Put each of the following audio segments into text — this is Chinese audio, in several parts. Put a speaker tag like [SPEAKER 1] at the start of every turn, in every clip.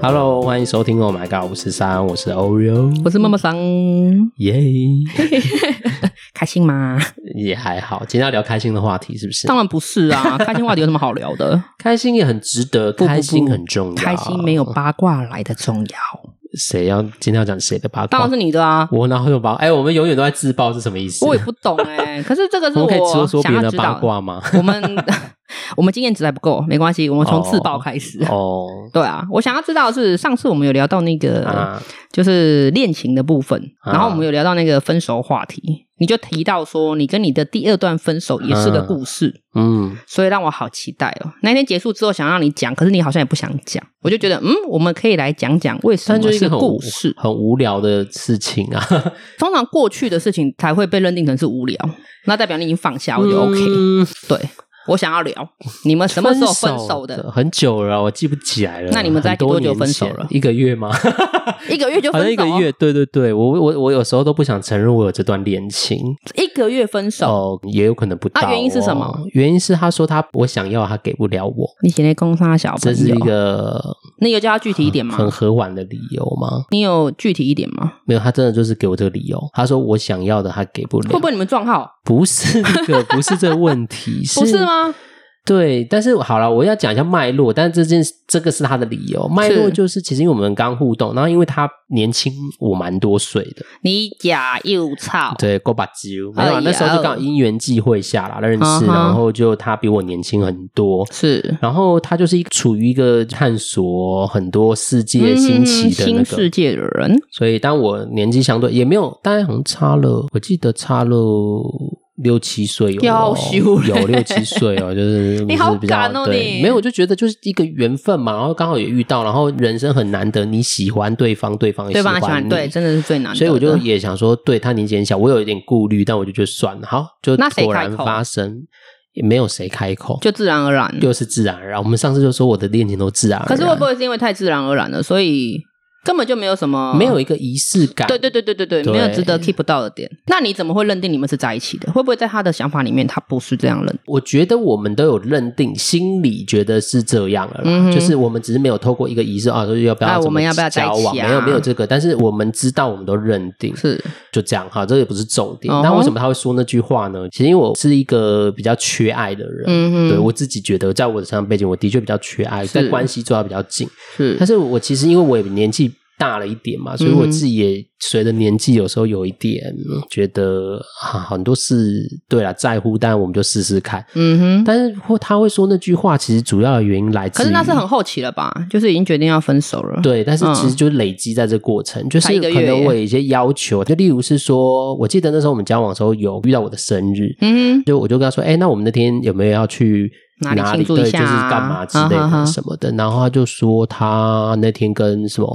[SPEAKER 1] Hello，欢迎收听 Oh My God 五十三，我是 Oreo，
[SPEAKER 2] 我是妈妈桑，
[SPEAKER 1] 耶
[SPEAKER 2] 开心吗？
[SPEAKER 1] 也还好。今天要聊开心的话题是不是？
[SPEAKER 2] 当然不是 啊，开心话题有什么好聊的？
[SPEAKER 1] 开心也很值得，
[SPEAKER 2] 不不不
[SPEAKER 1] 开心很重要。
[SPEAKER 2] 开心没有八卦来的重要，
[SPEAKER 1] 谁要今天要讲谁的八卦？
[SPEAKER 2] 当然是你的啊！
[SPEAKER 1] 我哪会有八卦？哎，我们永远都在自爆是什么意思？
[SPEAKER 2] 我也不懂哎、 可是这个是
[SPEAKER 1] 我们可以说说别
[SPEAKER 2] 想
[SPEAKER 1] 人的
[SPEAKER 2] 要知
[SPEAKER 1] 八
[SPEAKER 2] 道。
[SPEAKER 1] 卦吗？
[SPEAKER 2] 我们 我们经验值还不够，没关系，我们从自爆开始。
[SPEAKER 1] 哦
[SPEAKER 2] 对啊，我想要知道的是上次我们有聊到那个、
[SPEAKER 1] 啊，
[SPEAKER 2] 就是恋情的部分，
[SPEAKER 1] 啊
[SPEAKER 2] 然后我们有聊到那个分手话题，你就提到说你跟你的第二段分手也是
[SPEAKER 1] 啊
[SPEAKER 2] 个故事。
[SPEAKER 1] 嗯，
[SPEAKER 2] 所以让我好期待哦！那一天结束之后，想让你讲，可是你好像也不想讲，我就觉得，嗯，我们可以来讲讲为什
[SPEAKER 1] 但就
[SPEAKER 2] 么
[SPEAKER 1] 是一个
[SPEAKER 2] 是
[SPEAKER 1] 很
[SPEAKER 2] 故事。
[SPEAKER 1] 很无聊的事情啊。
[SPEAKER 2] 通常过去的事情才会被认定成是无聊，那代表你已经放下，啊我就 OK、
[SPEAKER 1] 嗯
[SPEAKER 2] 对我想要聊，你们什么时候分手的？？
[SPEAKER 1] 很久了，我记不起来了。
[SPEAKER 2] 那你们在
[SPEAKER 1] 很多
[SPEAKER 2] 多久
[SPEAKER 1] 年
[SPEAKER 2] 分手
[SPEAKER 1] 前
[SPEAKER 2] 了
[SPEAKER 1] 一个月吗？
[SPEAKER 2] 一个月就
[SPEAKER 1] 好
[SPEAKER 2] 分手啊哦
[SPEAKER 1] 像，一个月，，对对对，我我我有时候都不想承认我有这段恋情，
[SPEAKER 2] 一个月分手。
[SPEAKER 1] 哦，也有可能不到、
[SPEAKER 2] 啊原因是什么
[SPEAKER 1] 哦？原因是他说他我想要，他给不了我，
[SPEAKER 2] 你写那公差小朋
[SPEAKER 1] 这是一
[SPEAKER 2] 友，
[SPEAKER 1] 个
[SPEAKER 2] 那有叫他具体一点吗？
[SPEAKER 1] 很和缓的理由吗？
[SPEAKER 2] 你有具体一点吗？
[SPEAKER 1] 没有，他真的就是给我这个理由。他说我想要的，他给不了。
[SPEAKER 2] 会不会你们撞号？
[SPEAKER 1] 不是那 个，不是这个问题，
[SPEAKER 2] 不是？吗？
[SPEAKER 1] 对，但是好了，我要讲一下脉络，但这件这个是他的理由。脉络
[SPEAKER 2] 是
[SPEAKER 1] 就是，其实因为我们刚互动，然后因为他年轻我蛮多岁的，
[SPEAKER 2] 你假又操，
[SPEAKER 1] 对，够把揪，没有、啊
[SPEAKER 2] 哎呀，
[SPEAKER 1] 那时候就刚好因缘际会下啦认
[SPEAKER 2] 嗯
[SPEAKER 1] 识，
[SPEAKER 2] 哼
[SPEAKER 1] 然后就他比我年轻很多。
[SPEAKER 2] 是
[SPEAKER 1] 然后他就是一个处于一个探索很多世界新奇的那
[SPEAKER 2] 嗯新
[SPEAKER 1] 个，
[SPEAKER 2] 世界的人，
[SPEAKER 1] 所以当我年纪相对也没有，大概好像差了，我记得差了六七岁有哦
[SPEAKER 2] 要修嘞
[SPEAKER 1] 有六七岁哦，就是
[SPEAKER 2] 你好
[SPEAKER 1] 是比较
[SPEAKER 2] 赶哦
[SPEAKER 1] 对
[SPEAKER 2] 你
[SPEAKER 1] 没有，我就觉得就是一个缘分嘛，然后刚好也遇到，然后人生很难得，你喜欢对方，对方也
[SPEAKER 2] 对方喜
[SPEAKER 1] 欢
[SPEAKER 2] 欢，
[SPEAKER 1] 你，
[SPEAKER 2] 对，真的是最难得的。
[SPEAKER 1] 所以我就也想说，对他年纪很小，我有一点顾虑，但我就觉得算了，好，就
[SPEAKER 2] 那谁
[SPEAKER 1] 果
[SPEAKER 2] 开
[SPEAKER 1] 然
[SPEAKER 2] 口
[SPEAKER 1] 发生，也没有谁开口，
[SPEAKER 2] 就自然而然。
[SPEAKER 1] 又是自然而然。我们上次就说我的恋情都自然而然，
[SPEAKER 2] 可是会不会是因为太自然而然了，所以根本就没有什么
[SPEAKER 1] 没有？一个仪式感？
[SPEAKER 2] 对对对对对对，
[SPEAKER 1] 对
[SPEAKER 2] 没有值得 keep 到的点。那你怎么会认定你们是在一起的？会不会在他的想法里面，他不是这样认？
[SPEAKER 1] 我觉得我们都有认定，心里觉得是这样了啦，
[SPEAKER 2] 嗯哼
[SPEAKER 1] 就是我们只是没有透过一个仪式啊，说要不要
[SPEAKER 2] 啊
[SPEAKER 1] 怎么
[SPEAKER 2] 我们要不要在一
[SPEAKER 1] 交往，
[SPEAKER 2] 起啊
[SPEAKER 1] 没有没有这个，但是我们知道，我们都认定
[SPEAKER 2] 是
[SPEAKER 1] 就这样哈，这也不是重点
[SPEAKER 2] 哦。吼
[SPEAKER 1] 那为什么他会说那句话呢？其实因为我是一个比较缺爱的人，
[SPEAKER 2] 嗯哼
[SPEAKER 1] 对我自己觉得，在我的成长背景，我的确比较缺爱，在关系做到比较紧。
[SPEAKER 2] 是
[SPEAKER 1] 但是我其实因为我也年纪大了一点
[SPEAKER 2] 嗯
[SPEAKER 1] 嘛，所以我自己也随着年纪，有时候有一点觉得啊，很多事对啦，在乎，但我们就试试看。
[SPEAKER 2] 嗯哼。
[SPEAKER 1] 但是或他会说那句话，其实主要的原因来自
[SPEAKER 2] 可
[SPEAKER 1] 于
[SPEAKER 2] 是那是很后期了吧？就是已经决定要分手了。
[SPEAKER 1] 对，但是其实就累积在这过程，就是
[SPEAKER 2] 才一个月
[SPEAKER 1] 可能我有一些要求，就例如是说，我记得那时候我们交往的时候有遇到我的生日，
[SPEAKER 2] 嗯哼，
[SPEAKER 1] 就我就跟他说，哎、那我们那天有没有要去
[SPEAKER 2] 哪里
[SPEAKER 1] 哪
[SPEAKER 2] 庆祝
[SPEAKER 1] 对
[SPEAKER 2] 一下
[SPEAKER 1] 就是
[SPEAKER 2] 啊
[SPEAKER 1] 干嘛之类
[SPEAKER 2] 啊哈
[SPEAKER 1] 的
[SPEAKER 2] 哈
[SPEAKER 1] 什么的。然后他就说他那天跟什么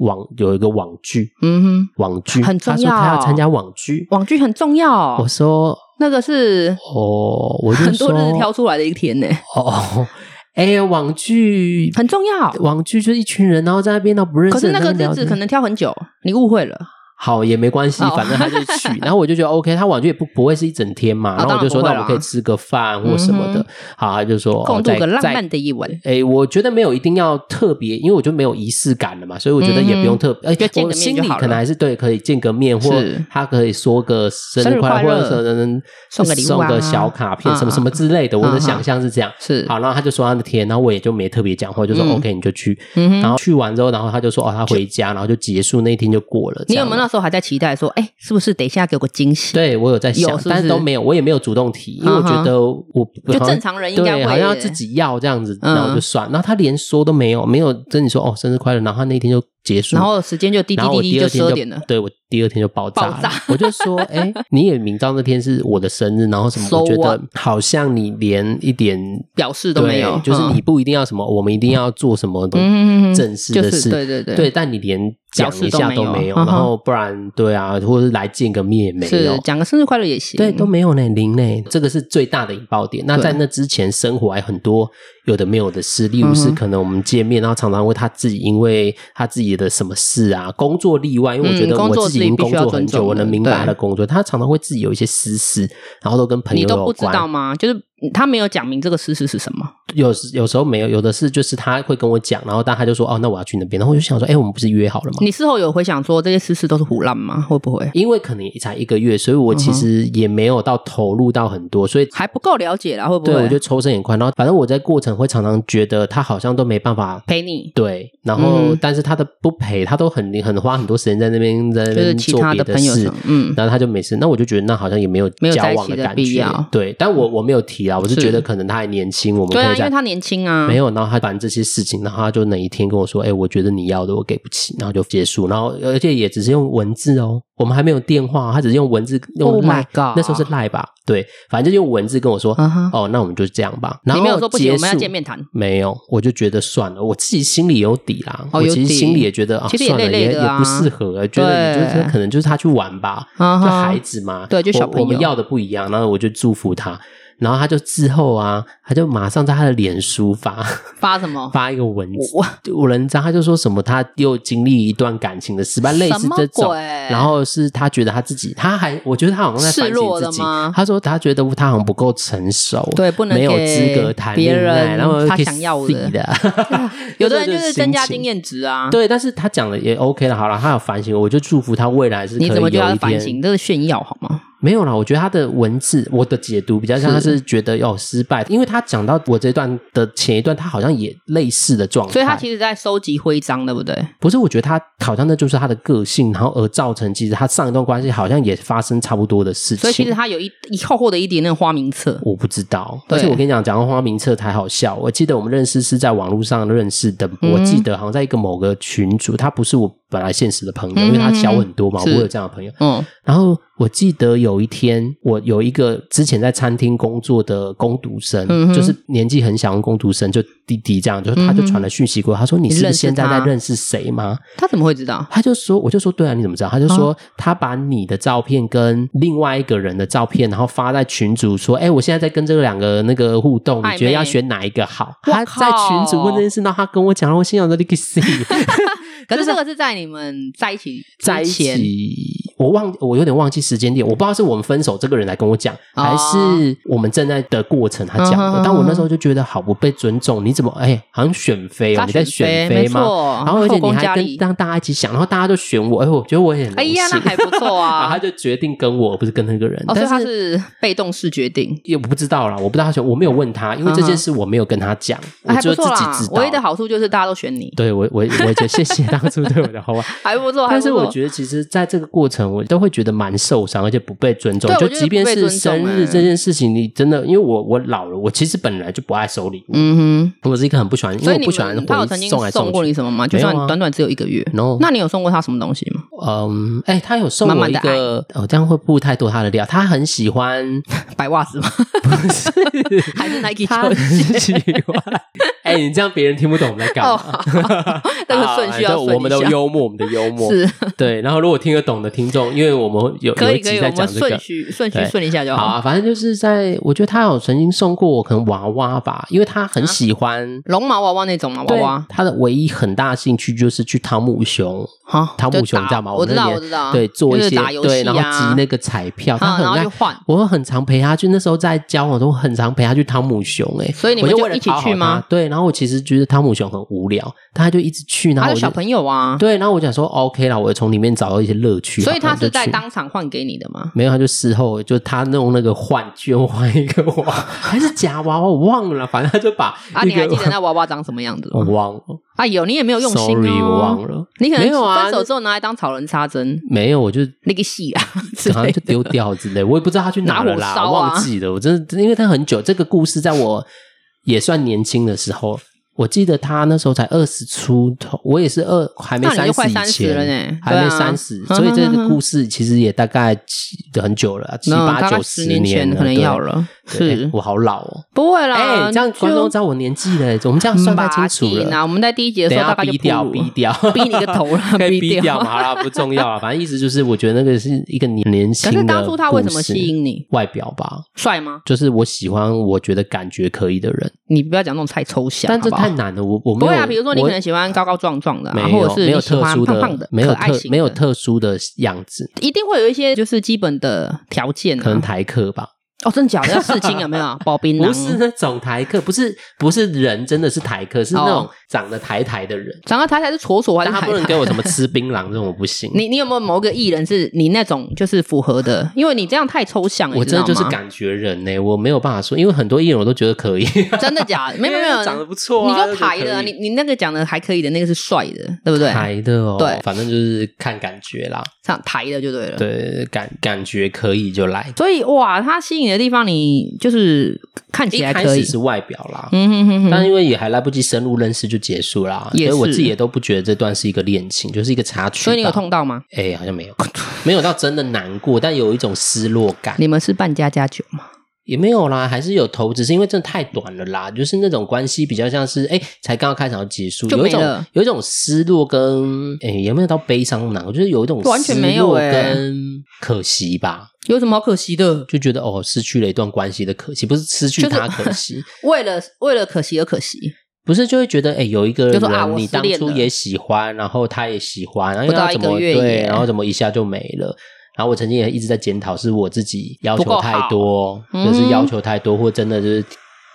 [SPEAKER 1] 网有一个网剧，
[SPEAKER 2] 嗯
[SPEAKER 1] 网剧
[SPEAKER 2] 很重
[SPEAKER 1] 他说他要
[SPEAKER 2] 要
[SPEAKER 1] 参加网剧
[SPEAKER 2] 哼，。网剧很重要
[SPEAKER 1] 我
[SPEAKER 2] 哦，
[SPEAKER 1] 说
[SPEAKER 2] 那个是
[SPEAKER 1] 哦，我就
[SPEAKER 2] 很
[SPEAKER 1] 说
[SPEAKER 2] 多日子挑出来的一天呢，
[SPEAKER 1] 哦，哎、网剧
[SPEAKER 2] 很重要。
[SPEAKER 1] 网剧就是一群人，然后在那边都不认识
[SPEAKER 2] 可是
[SPEAKER 1] 的
[SPEAKER 2] 那
[SPEAKER 1] 人，
[SPEAKER 2] 个
[SPEAKER 1] 在
[SPEAKER 2] 日
[SPEAKER 1] 边
[SPEAKER 2] 子
[SPEAKER 1] 聊天
[SPEAKER 2] 可能挑很久，你误会了。
[SPEAKER 1] 好也没关系，
[SPEAKER 2] 哦
[SPEAKER 1] 反正他就 去。然后我就觉得 OK，他网剧也不不会是一整天嘛，
[SPEAKER 2] 啊
[SPEAKER 1] 然后我就说
[SPEAKER 2] 当然不
[SPEAKER 1] 那我
[SPEAKER 2] 会啦
[SPEAKER 1] 们可以吃个饭或什么的
[SPEAKER 2] 嗯。
[SPEAKER 1] 好，他就说
[SPEAKER 2] 共度
[SPEAKER 1] 哦再
[SPEAKER 2] 个浪
[SPEAKER 1] 再
[SPEAKER 2] 漫的一晚
[SPEAKER 1] 哎，我觉得没有一定要特别，因为我就没有仪式感了嘛，所以我觉得也不用特别。哎
[SPEAKER 2] 就，见个
[SPEAKER 1] 我
[SPEAKER 2] 面
[SPEAKER 1] 心里
[SPEAKER 2] 就好了
[SPEAKER 1] 可能还是对可以见个面，或
[SPEAKER 2] 是
[SPEAKER 1] 他可以说个生
[SPEAKER 2] 生
[SPEAKER 1] 日
[SPEAKER 2] 日
[SPEAKER 1] 快
[SPEAKER 2] 快
[SPEAKER 1] 乐，或
[SPEAKER 2] 乐
[SPEAKER 1] 者可能
[SPEAKER 2] 送个礼物
[SPEAKER 1] 送
[SPEAKER 2] 啊
[SPEAKER 1] 个小卡片
[SPEAKER 2] 啊
[SPEAKER 1] 什么什么之类的。我的
[SPEAKER 2] 啊
[SPEAKER 1] 想象是这样。
[SPEAKER 2] 是
[SPEAKER 1] 好，然后他就说他的天，然后我也就没特别讲话，就说
[SPEAKER 2] 嗯
[SPEAKER 1] OK 你就去。
[SPEAKER 2] 嗯哼
[SPEAKER 1] 然后去完之后，然后他就说哦他回家，然后就结束那一天就过了。
[SPEAKER 2] 你
[SPEAKER 1] 这
[SPEAKER 2] 有
[SPEAKER 1] 样
[SPEAKER 2] 没有那时候还在期待说，哎、是不是等一下给我个惊喜？
[SPEAKER 1] 对我有在想，
[SPEAKER 2] 有是不
[SPEAKER 1] 但是
[SPEAKER 2] 是
[SPEAKER 1] 都没有，我也没有主动提，因为我觉得我
[SPEAKER 2] 就
[SPEAKER 1] 好像
[SPEAKER 2] 正常人应该
[SPEAKER 1] 对
[SPEAKER 2] 会
[SPEAKER 1] 好像要自己要这样子，
[SPEAKER 2] 嗯
[SPEAKER 1] 然后我就算。然后他连说都没有，没有跟你说哦生日快乐，然后他那一天就结束，
[SPEAKER 2] 然后时间就滴滴
[SPEAKER 1] 然后我
[SPEAKER 2] 滴滴
[SPEAKER 1] 第
[SPEAKER 2] 就
[SPEAKER 1] 二天
[SPEAKER 2] 十二
[SPEAKER 1] 就
[SPEAKER 2] 点了，
[SPEAKER 1] 对我第二天就爆炸了
[SPEAKER 2] 爆炸
[SPEAKER 1] 我就说，哎，你也明知道那天是我的生日，然后什么，
[SPEAKER 2] So
[SPEAKER 1] 我觉得
[SPEAKER 2] what？
[SPEAKER 1] 好像你连一点
[SPEAKER 2] 表示都
[SPEAKER 1] 对
[SPEAKER 2] 没有，
[SPEAKER 1] 就是
[SPEAKER 2] 嗯
[SPEAKER 1] 你不一定要什么，我们一定要做什么
[SPEAKER 2] 嗯嗯嗯嗯
[SPEAKER 1] 正式
[SPEAKER 2] 就
[SPEAKER 1] 的
[SPEAKER 2] 是
[SPEAKER 1] 事，
[SPEAKER 2] 对对对
[SPEAKER 1] 对，但你连讲一下都没
[SPEAKER 2] 表示
[SPEAKER 1] 有，
[SPEAKER 2] 都没有啊
[SPEAKER 1] 然后不然对啊，或者是来见个面也没有
[SPEAKER 2] 是，讲个生日快乐也行，
[SPEAKER 1] 对，都没有呢，零呢，这个是最大的引爆点。那
[SPEAKER 2] 对
[SPEAKER 1] 在那之前，生活还有很多有的没有的事，例如是
[SPEAKER 2] 嗯哼
[SPEAKER 1] 可能我们见面，然后常常会他自己因为他自己的什么事啊，工作例外，因为我觉得
[SPEAKER 2] 嗯工作
[SPEAKER 1] 我自己已经
[SPEAKER 2] 自己
[SPEAKER 1] 工
[SPEAKER 2] 必须要
[SPEAKER 1] 作很
[SPEAKER 2] 尊重
[SPEAKER 1] 久，
[SPEAKER 2] 的
[SPEAKER 1] 我能明白
[SPEAKER 2] 对
[SPEAKER 1] 他的工作，他常常会自己有一些私事，然后都跟朋友
[SPEAKER 2] 你都
[SPEAKER 1] 有
[SPEAKER 2] 不知
[SPEAKER 1] 关
[SPEAKER 2] 道。吗？就是他没有讲明这个事实是什么。
[SPEAKER 1] 有时有时候没有，有的是就是他会跟我讲，然后但他就说哦，那我要去那边，然后我就想说，哎，我们不是约好了吗？
[SPEAKER 2] 你事后有回想说这些事实都是胡乱吗？会不会
[SPEAKER 1] 因为可能才一个月，所以我其实也没有到投入到很多，所以
[SPEAKER 2] 嗯还不够了解啦？会不
[SPEAKER 1] 对我
[SPEAKER 2] 会
[SPEAKER 1] 就抽身也快。然后反正我在过程会常常觉得他好像都没办法。
[SPEAKER 2] 陪你？
[SPEAKER 1] 对，然后、
[SPEAKER 2] 嗯
[SPEAKER 1] 但是他的不陪，他都很很花很多时间在那边在那
[SPEAKER 2] 就是
[SPEAKER 1] 边
[SPEAKER 2] 其
[SPEAKER 1] 做
[SPEAKER 2] 他
[SPEAKER 1] 别
[SPEAKER 2] 的朋友
[SPEAKER 1] 事
[SPEAKER 2] 什，么，嗯，
[SPEAKER 1] 然后他就没事，那我就觉得那好像也没有
[SPEAKER 2] 没有
[SPEAKER 1] 交
[SPEAKER 2] 在一
[SPEAKER 1] 往
[SPEAKER 2] 起的
[SPEAKER 1] 感
[SPEAKER 2] 必
[SPEAKER 1] 觉
[SPEAKER 2] 要。
[SPEAKER 1] 对，但我我没有提啊啦，我是
[SPEAKER 2] 是
[SPEAKER 1] 觉得可能他还年轻，我们
[SPEAKER 2] 对
[SPEAKER 1] 可以
[SPEAKER 2] 啊，因为
[SPEAKER 1] 再。
[SPEAKER 2] 他年轻啊，
[SPEAKER 1] 没有，然后他反正这些事情，然后他就哪一天跟我说：“哎、我觉得你要的我给不起。”然后就结束，然后而且也只是用文字哦，我们还没有电话，他只是用文字用
[SPEAKER 2] Oh my
[SPEAKER 1] 赖、
[SPEAKER 2] God
[SPEAKER 1] 那时候是赖吧？对，反正就用文字跟我说：“
[SPEAKER 2] 啊哈
[SPEAKER 1] 哦，那我们就这样吧。”然后
[SPEAKER 2] 你没有说不行，
[SPEAKER 1] 结
[SPEAKER 2] 我们要
[SPEAKER 1] 束
[SPEAKER 2] 见面谈。
[SPEAKER 1] 没有，我就觉得算了，我自己心里有底啦。
[SPEAKER 2] 哦
[SPEAKER 1] 我
[SPEAKER 2] 有
[SPEAKER 1] 其实
[SPEAKER 2] 底
[SPEAKER 1] 心里也觉得啊，
[SPEAKER 2] 其实也
[SPEAKER 1] 算了，
[SPEAKER 2] 累累
[SPEAKER 1] 也
[SPEAKER 2] 的
[SPEAKER 1] 也
[SPEAKER 2] 啊
[SPEAKER 1] 不适合，觉得你就是
[SPEAKER 2] 对
[SPEAKER 1] 可能就是他去玩吧，
[SPEAKER 2] 啊
[SPEAKER 1] 就
[SPEAKER 2] 哈
[SPEAKER 1] 孩子嘛，
[SPEAKER 2] 对就小
[SPEAKER 1] 我
[SPEAKER 2] 朋
[SPEAKER 1] 我们
[SPEAKER 2] 友
[SPEAKER 1] 要的不一样，然后我就祝福他。然后他就之后啊，他就马上在他的脸书发
[SPEAKER 2] 发什么？
[SPEAKER 1] 发一个文字
[SPEAKER 2] 我
[SPEAKER 1] 文章，他就说什么他又经历一段感情的失败，类
[SPEAKER 2] 什
[SPEAKER 1] 似
[SPEAKER 2] 么
[SPEAKER 1] 这种
[SPEAKER 2] 鬼。
[SPEAKER 1] 然后是他觉得他自己，他还我觉得他好像在
[SPEAKER 2] 示
[SPEAKER 1] 反省
[SPEAKER 2] 弱
[SPEAKER 1] 自
[SPEAKER 2] 了
[SPEAKER 1] 己
[SPEAKER 2] 吗。
[SPEAKER 1] 他说他觉得他好像不够成熟，
[SPEAKER 2] 对，不能
[SPEAKER 1] 没有资
[SPEAKER 2] 给
[SPEAKER 1] 格谈
[SPEAKER 2] 别
[SPEAKER 1] 恋
[SPEAKER 2] 人
[SPEAKER 1] 爱，然后
[SPEAKER 2] 他
[SPEAKER 1] 可以
[SPEAKER 2] 想要
[SPEAKER 1] 死
[SPEAKER 2] 的。
[SPEAKER 1] 的。
[SPEAKER 2] 有的人就
[SPEAKER 1] 这
[SPEAKER 2] 是
[SPEAKER 1] 心
[SPEAKER 2] 增加
[SPEAKER 1] 情
[SPEAKER 2] 经。验值啊。
[SPEAKER 1] 对，但是他讲的也 OK 了，好了，他有反省，我就祝福他未来是可以
[SPEAKER 2] 你怎么就
[SPEAKER 1] 有
[SPEAKER 2] 要
[SPEAKER 1] 一
[SPEAKER 2] 反
[SPEAKER 1] 天
[SPEAKER 2] 省？这是炫耀好吗？
[SPEAKER 1] 没有啦，我觉得他的文字，我的解读比较像他是觉得哦失败，因为他讲到我这段的前一段，他好像也类似的状态，
[SPEAKER 2] 所以他其实在收集徽章，对不对？
[SPEAKER 1] 不是，我觉得他好像那就是他的个性，然后而造成其实他上一段关系好像也发生差不多的事情，
[SPEAKER 2] 所以其实他有一一厚厚的一叠那个花名册，
[SPEAKER 1] 我不知道，
[SPEAKER 2] 对
[SPEAKER 1] 而且我跟你讲，讲到花名册才好笑。我记得我们认识是在网络上认识的，
[SPEAKER 2] 嗯
[SPEAKER 1] 我记得好像在一个某个群组，他不是我本来现实的朋友，
[SPEAKER 2] 嗯
[SPEAKER 1] 因为他小我很多嘛，我
[SPEAKER 2] 是
[SPEAKER 1] 不会有这样的朋友。
[SPEAKER 2] 嗯，
[SPEAKER 1] 然后我记得有一天，我有一个之前在餐厅工作的工读生，
[SPEAKER 2] 嗯哼
[SPEAKER 1] 就是年纪很小的工读生，就弟弟这样，就他
[SPEAKER 2] 嗯哼
[SPEAKER 1] 就传了讯息过来，他说：“你是不
[SPEAKER 2] 认
[SPEAKER 1] 是
[SPEAKER 2] 识
[SPEAKER 1] 现在在
[SPEAKER 2] 他
[SPEAKER 1] 认识谁吗？”
[SPEAKER 2] 他怎么会知道？
[SPEAKER 1] 他就说，我就说对啊，你怎么知道？他就
[SPEAKER 2] 哦
[SPEAKER 1] 说、他把你的照片跟另外一个人的照片，然后发在群组说，哎、我现在在跟这两个那个互动，
[SPEAKER 2] 暧昧
[SPEAKER 1] 你觉得要选哪一个好？
[SPEAKER 2] 哇
[SPEAKER 1] 他在群组问这件事，然后他跟我讲，然后我心想说，你个 C
[SPEAKER 2] 可是这个是在你们在一起之
[SPEAKER 1] 在一
[SPEAKER 2] 前
[SPEAKER 1] 起。我忘，我有点忘记时间点，我不知道是我们分手这个人来跟我讲，
[SPEAKER 2] 哦
[SPEAKER 1] 还是我们正在的过程他讲
[SPEAKER 2] 嗯哼
[SPEAKER 1] 的。
[SPEAKER 2] 哼
[SPEAKER 1] 但我那时候就觉得好不被尊重，你怎么哎、好像选妃哦，
[SPEAKER 2] 他
[SPEAKER 1] 你在
[SPEAKER 2] 选
[SPEAKER 1] 选
[SPEAKER 2] 妃没
[SPEAKER 1] 妃吗？
[SPEAKER 2] 错
[SPEAKER 1] 然后而且
[SPEAKER 2] 后
[SPEAKER 1] 你
[SPEAKER 2] 宫佳
[SPEAKER 1] 还跟
[SPEAKER 2] 丽
[SPEAKER 1] 让大家一起想，然后大家都选我，哎，我觉得我也很
[SPEAKER 2] 哎呀，那
[SPEAKER 1] 荣幸
[SPEAKER 2] 还不错
[SPEAKER 1] 啊，他
[SPEAKER 2] 啊。
[SPEAKER 1] 就决定跟我，不是跟那个人，
[SPEAKER 2] 哦，所以
[SPEAKER 1] 但
[SPEAKER 2] 他
[SPEAKER 1] 是。
[SPEAKER 2] 是被动式决定，
[SPEAKER 1] 也不知道啦，我不知道他选，我没有问他，因为这件事我没有跟他讲，
[SPEAKER 2] 啊
[SPEAKER 1] 我
[SPEAKER 2] 嗯还
[SPEAKER 1] 就
[SPEAKER 2] 不
[SPEAKER 1] 自
[SPEAKER 2] 错
[SPEAKER 1] 己
[SPEAKER 2] 啦
[SPEAKER 1] 知。道。
[SPEAKER 2] 唯一的好处就是大家都选你，
[SPEAKER 1] 对我，我我也觉得谢谢当初对我的好啊。
[SPEAKER 2] 还不错。还
[SPEAKER 1] 但
[SPEAKER 2] 不
[SPEAKER 1] 是
[SPEAKER 2] 错
[SPEAKER 1] 我觉得，其实在这个过程，我都会觉得蛮受伤，而且不被尊重
[SPEAKER 2] 对。我
[SPEAKER 1] 就
[SPEAKER 2] 觉得
[SPEAKER 1] 即便
[SPEAKER 2] 不被
[SPEAKER 1] 是
[SPEAKER 2] 尊重
[SPEAKER 1] 生
[SPEAKER 2] 欸
[SPEAKER 1] 日这件事情，你真的，因为我我老了，我其实本来就不爱收礼物，
[SPEAKER 2] 嗯
[SPEAKER 1] 我是一个很不喜欢，因
[SPEAKER 2] 哼，所
[SPEAKER 1] 为
[SPEAKER 2] 以
[SPEAKER 1] 我
[SPEAKER 2] 你
[SPEAKER 1] 不喜欢
[SPEAKER 2] 们他有曾
[SPEAKER 1] 回
[SPEAKER 2] 经
[SPEAKER 1] 送来
[SPEAKER 2] 送过
[SPEAKER 1] 去
[SPEAKER 2] 你。什么吗？就
[SPEAKER 1] 没有
[SPEAKER 2] 算
[SPEAKER 1] 啊
[SPEAKER 2] 短短只有一个月，
[SPEAKER 1] 然后，
[SPEAKER 2] 那你有送过他什么东西吗？
[SPEAKER 1] 嗯，哎、他有送
[SPEAKER 2] 满
[SPEAKER 1] 我
[SPEAKER 2] 满
[SPEAKER 1] 一
[SPEAKER 2] 的
[SPEAKER 1] 个，哦，这样会不会太多他的料？他很喜欢
[SPEAKER 2] 白袜子吗？还哦是 Nike
[SPEAKER 1] 他
[SPEAKER 2] 球
[SPEAKER 1] 很
[SPEAKER 2] 鞋？
[SPEAKER 1] 喜欢。 哎、你这样别人听不懂我们在干
[SPEAKER 2] 哦，
[SPEAKER 1] 嘛。
[SPEAKER 2] 好那个顺序
[SPEAKER 1] 好啊哎
[SPEAKER 2] 要顺
[SPEAKER 1] 就我们的
[SPEAKER 2] 一下
[SPEAKER 1] 幽默，我们的幽默
[SPEAKER 2] 是
[SPEAKER 1] 对。然后如果听得懂的听众，因为我们有
[SPEAKER 2] 可
[SPEAKER 1] 有
[SPEAKER 2] 以
[SPEAKER 1] 一
[SPEAKER 2] 可
[SPEAKER 1] 集
[SPEAKER 2] 以，我
[SPEAKER 1] 在讲
[SPEAKER 2] 们
[SPEAKER 1] 这个
[SPEAKER 2] 顺，序顺序
[SPEAKER 1] 对
[SPEAKER 2] 顺一下就
[SPEAKER 1] 好
[SPEAKER 2] 好。
[SPEAKER 1] 啊。反正就是在，我觉得他有曾经送过我可能娃娃吧，因为他很喜欢。
[SPEAKER 2] 绒毛娃娃那种嘛，啊娃
[SPEAKER 1] 对
[SPEAKER 2] 娃，
[SPEAKER 1] 他的唯一很大的兴趣就是去汤姆熊，
[SPEAKER 2] 好，
[SPEAKER 1] 汤姆
[SPEAKER 2] 就
[SPEAKER 1] 熊
[SPEAKER 2] 打
[SPEAKER 1] 你知道吗？
[SPEAKER 2] 我知
[SPEAKER 1] 那
[SPEAKER 2] 道，
[SPEAKER 1] 年
[SPEAKER 2] 我知道，
[SPEAKER 1] 对，做一
[SPEAKER 2] 啊就是
[SPEAKER 1] 些
[SPEAKER 2] 打游
[SPEAKER 1] 对，
[SPEAKER 2] 戏
[SPEAKER 1] 然后集
[SPEAKER 2] 啊，
[SPEAKER 1] 那个彩票，他
[SPEAKER 2] 啊，
[SPEAKER 1] 很
[SPEAKER 2] 然后
[SPEAKER 1] 爱
[SPEAKER 2] 去换。
[SPEAKER 1] 我很常陪他去，那时候在交往中很常陪他去汤姆熊、欸，哎，
[SPEAKER 2] 所以你
[SPEAKER 1] 我
[SPEAKER 2] 们
[SPEAKER 1] 就
[SPEAKER 2] 就
[SPEAKER 1] 为了
[SPEAKER 2] 一起
[SPEAKER 1] 讨好啊
[SPEAKER 2] 去吗
[SPEAKER 1] 他？对，然后我其实觉得汤姆熊很无聊，他就一直去，然
[SPEAKER 2] 他
[SPEAKER 1] 后
[SPEAKER 2] 有
[SPEAKER 1] 我
[SPEAKER 2] 小
[SPEAKER 1] 就
[SPEAKER 2] 朋友啊，
[SPEAKER 1] 对，然后我想说 OK 啦，我从里面找到一些乐趣，
[SPEAKER 2] 所以
[SPEAKER 1] 好
[SPEAKER 2] 他是
[SPEAKER 1] 那
[SPEAKER 2] 在。
[SPEAKER 1] 我就去
[SPEAKER 2] 当场换给你的吗？
[SPEAKER 1] 没有，他就事后就他弄那个换，居然换一个娃， 还是假娃娃，我忘了啦，反正他就把
[SPEAKER 2] 啊，
[SPEAKER 1] 一
[SPEAKER 2] 你
[SPEAKER 1] 个
[SPEAKER 2] 还记得那娃娃长什么样子
[SPEAKER 1] 我
[SPEAKER 2] 吗？
[SPEAKER 1] 忘了
[SPEAKER 2] 啊，有，你也没有用心
[SPEAKER 1] ，sorry，我
[SPEAKER 2] 哦
[SPEAKER 1] 忘。了，
[SPEAKER 2] 你可
[SPEAKER 1] 没有
[SPEAKER 2] 能
[SPEAKER 1] 啊
[SPEAKER 2] 分手之后拿来当草人插针，
[SPEAKER 1] 没有，我就
[SPEAKER 2] 那个戏 啊之
[SPEAKER 1] 好
[SPEAKER 2] 类
[SPEAKER 1] 像就
[SPEAKER 2] 的。
[SPEAKER 1] 丢掉之类，我也不知道他去哪了啦，
[SPEAKER 2] 拿火烧啊
[SPEAKER 1] 忘记了。我真的，因为他很久，这个故事在我也算年轻的时候，我记得他那时候才二十出头，我也是二还没
[SPEAKER 2] 那你就快
[SPEAKER 1] 三十以
[SPEAKER 2] 30了
[SPEAKER 1] 前
[SPEAKER 2] 呢，
[SPEAKER 1] 还没
[SPEAKER 2] 对啊
[SPEAKER 1] 三十，
[SPEAKER 2] 哼
[SPEAKER 1] 所以这
[SPEAKER 2] 哼
[SPEAKER 1] 个
[SPEAKER 2] 哼
[SPEAKER 1] 故事其实也大概七很久了啊，七
[SPEAKER 2] 嗯
[SPEAKER 1] 八
[SPEAKER 2] 大概
[SPEAKER 1] 九
[SPEAKER 2] 十
[SPEAKER 1] 年
[SPEAKER 2] 前
[SPEAKER 1] 了
[SPEAKER 2] 可能
[SPEAKER 1] 对
[SPEAKER 2] 要了，
[SPEAKER 1] 对哎
[SPEAKER 2] 是
[SPEAKER 1] 我好老哦。
[SPEAKER 2] 不会啦
[SPEAKER 1] 哎，，这样
[SPEAKER 2] 就
[SPEAKER 1] 观众知道我年纪了，我们这样算太清楚
[SPEAKER 2] 马景
[SPEAKER 1] 了
[SPEAKER 2] 啊。。我们在第一节的
[SPEAKER 1] 等一
[SPEAKER 2] 时候
[SPEAKER 1] 下
[SPEAKER 2] 大概就
[SPEAKER 1] 逼掉，
[SPEAKER 2] 暴露
[SPEAKER 1] 逼
[SPEAKER 2] 了
[SPEAKER 1] 掉，
[SPEAKER 2] 逼你个头了
[SPEAKER 1] 可以
[SPEAKER 2] 逼
[SPEAKER 1] 逼掉
[SPEAKER 2] 掉
[SPEAKER 1] 嘛？好啦，不重要了。啊反正意思就是，我觉得那个是一个年年轻
[SPEAKER 2] 可
[SPEAKER 1] 的
[SPEAKER 2] 是当初他为什么
[SPEAKER 1] 故事
[SPEAKER 2] 吸引你？
[SPEAKER 1] 外表吧，
[SPEAKER 2] 帅吗？
[SPEAKER 1] 就是我喜欢我觉得感觉可以的人，
[SPEAKER 2] 你不要讲那种太抽象，
[SPEAKER 1] 但这
[SPEAKER 2] 好不好
[SPEAKER 1] 太难了，我我没
[SPEAKER 2] 不
[SPEAKER 1] 有。
[SPEAKER 2] 会啊，比如说你
[SPEAKER 1] 我
[SPEAKER 2] 可能喜欢高高壮壮的、啊，
[SPEAKER 1] 没
[SPEAKER 2] 或
[SPEAKER 1] 有
[SPEAKER 2] 者是
[SPEAKER 1] 没有
[SPEAKER 2] 你喜
[SPEAKER 1] 特
[SPEAKER 2] 欢
[SPEAKER 1] 殊
[SPEAKER 2] 胖胖的、
[SPEAKER 1] 没有
[SPEAKER 2] 可爱
[SPEAKER 1] 特
[SPEAKER 2] 型的，
[SPEAKER 1] 没有，特殊的样子，
[SPEAKER 2] 一定会有一些就是基本的条件、啊，
[SPEAKER 1] 可能台客吧。
[SPEAKER 2] 哦，真的假的？要试镜有没 有？包槟榔？
[SPEAKER 1] 不是那啊种台客，不是不是人，真的是台客，是那种
[SPEAKER 2] 哦
[SPEAKER 1] 长得台台的人。
[SPEAKER 2] 长得台台是楚楚还是
[SPEAKER 1] 但他
[SPEAKER 2] 台
[SPEAKER 1] 不能
[SPEAKER 2] 台？
[SPEAKER 1] 给我什么吃槟榔这种，我不行。
[SPEAKER 2] 你你有没有某个艺人是你那种就是符合的？因为你这样太抽象了，
[SPEAKER 1] 我
[SPEAKER 2] 你知
[SPEAKER 1] 真
[SPEAKER 2] 道
[SPEAKER 1] 的
[SPEAKER 2] 吗
[SPEAKER 1] 就是感觉人呢、我没有办法说，因为很多艺人我都觉得可以。
[SPEAKER 2] 真的假的？没有没有没有，
[SPEAKER 1] 哎长得不错
[SPEAKER 2] 你
[SPEAKER 1] 啊
[SPEAKER 2] 就排的
[SPEAKER 1] 就可
[SPEAKER 2] 啊，你
[SPEAKER 1] 以
[SPEAKER 2] 你那个讲的还可以的，那个是帅的，对不对？
[SPEAKER 1] 台的哦，
[SPEAKER 2] 对
[SPEAKER 1] 反正就是看感觉啦，
[SPEAKER 2] 上台的就对了。
[SPEAKER 1] 对，感感觉可以就来。
[SPEAKER 2] 所以哇，他吸引的地方你就是看
[SPEAKER 1] 一
[SPEAKER 2] 起来
[SPEAKER 1] 开
[SPEAKER 2] 可以
[SPEAKER 1] 始，是外表啦，
[SPEAKER 2] 嗯哼哼
[SPEAKER 1] 但
[SPEAKER 2] 哼，
[SPEAKER 1] 因为也还来不及深入认识就结束啦，所
[SPEAKER 2] 也
[SPEAKER 1] 以
[SPEAKER 2] 是
[SPEAKER 1] 我自己也都不觉得这段是一个恋情，就是一个插曲。
[SPEAKER 2] 所以你有？痛到吗？
[SPEAKER 1] 哎、好像没有，没有到真的难过，但有一种失落感。
[SPEAKER 2] 你们是办家家酒吗？
[SPEAKER 1] 也没有啦，还是有投，只是因为真的太短了啦，就是那种关系比较像是哎、才刚刚开始要结束，
[SPEAKER 2] 就
[SPEAKER 1] 有一
[SPEAKER 2] 没
[SPEAKER 1] 种
[SPEAKER 2] 了
[SPEAKER 1] 有一种失落跟哎、有没有到悲伤那种，就是有一种
[SPEAKER 2] 完全没
[SPEAKER 1] 失
[SPEAKER 2] 有
[SPEAKER 1] 落
[SPEAKER 2] 欸
[SPEAKER 1] 跟可惜吧，
[SPEAKER 2] 有什么好可惜的？
[SPEAKER 1] 就觉得哦失去了一段关系的可惜，不是失去
[SPEAKER 2] 就是
[SPEAKER 1] 他可惜，
[SPEAKER 2] 为了为了可惜而可惜，
[SPEAKER 1] 不是就会觉得哎、有一个
[SPEAKER 2] 就说啊
[SPEAKER 1] 人
[SPEAKER 2] 我
[SPEAKER 1] 你
[SPEAKER 2] 失
[SPEAKER 1] 当
[SPEAKER 2] 恋
[SPEAKER 1] 初
[SPEAKER 2] 了
[SPEAKER 1] 也喜欢，然后他也喜欢，然后
[SPEAKER 2] 不到
[SPEAKER 1] 他
[SPEAKER 2] 一
[SPEAKER 1] 怎
[SPEAKER 2] 个
[SPEAKER 1] 么
[SPEAKER 2] 月
[SPEAKER 1] 对
[SPEAKER 2] 也，
[SPEAKER 1] 然后怎么一下就没了。然后我曾经也一直在检讨，是我自己要
[SPEAKER 2] 不够
[SPEAKER 1] 求
[SPEAKER 2] 好
[SPEAKER 1] 太多，
[SPEAKER 2] 嗯
[SPEAKER 1] 就是要求太多，或真的就是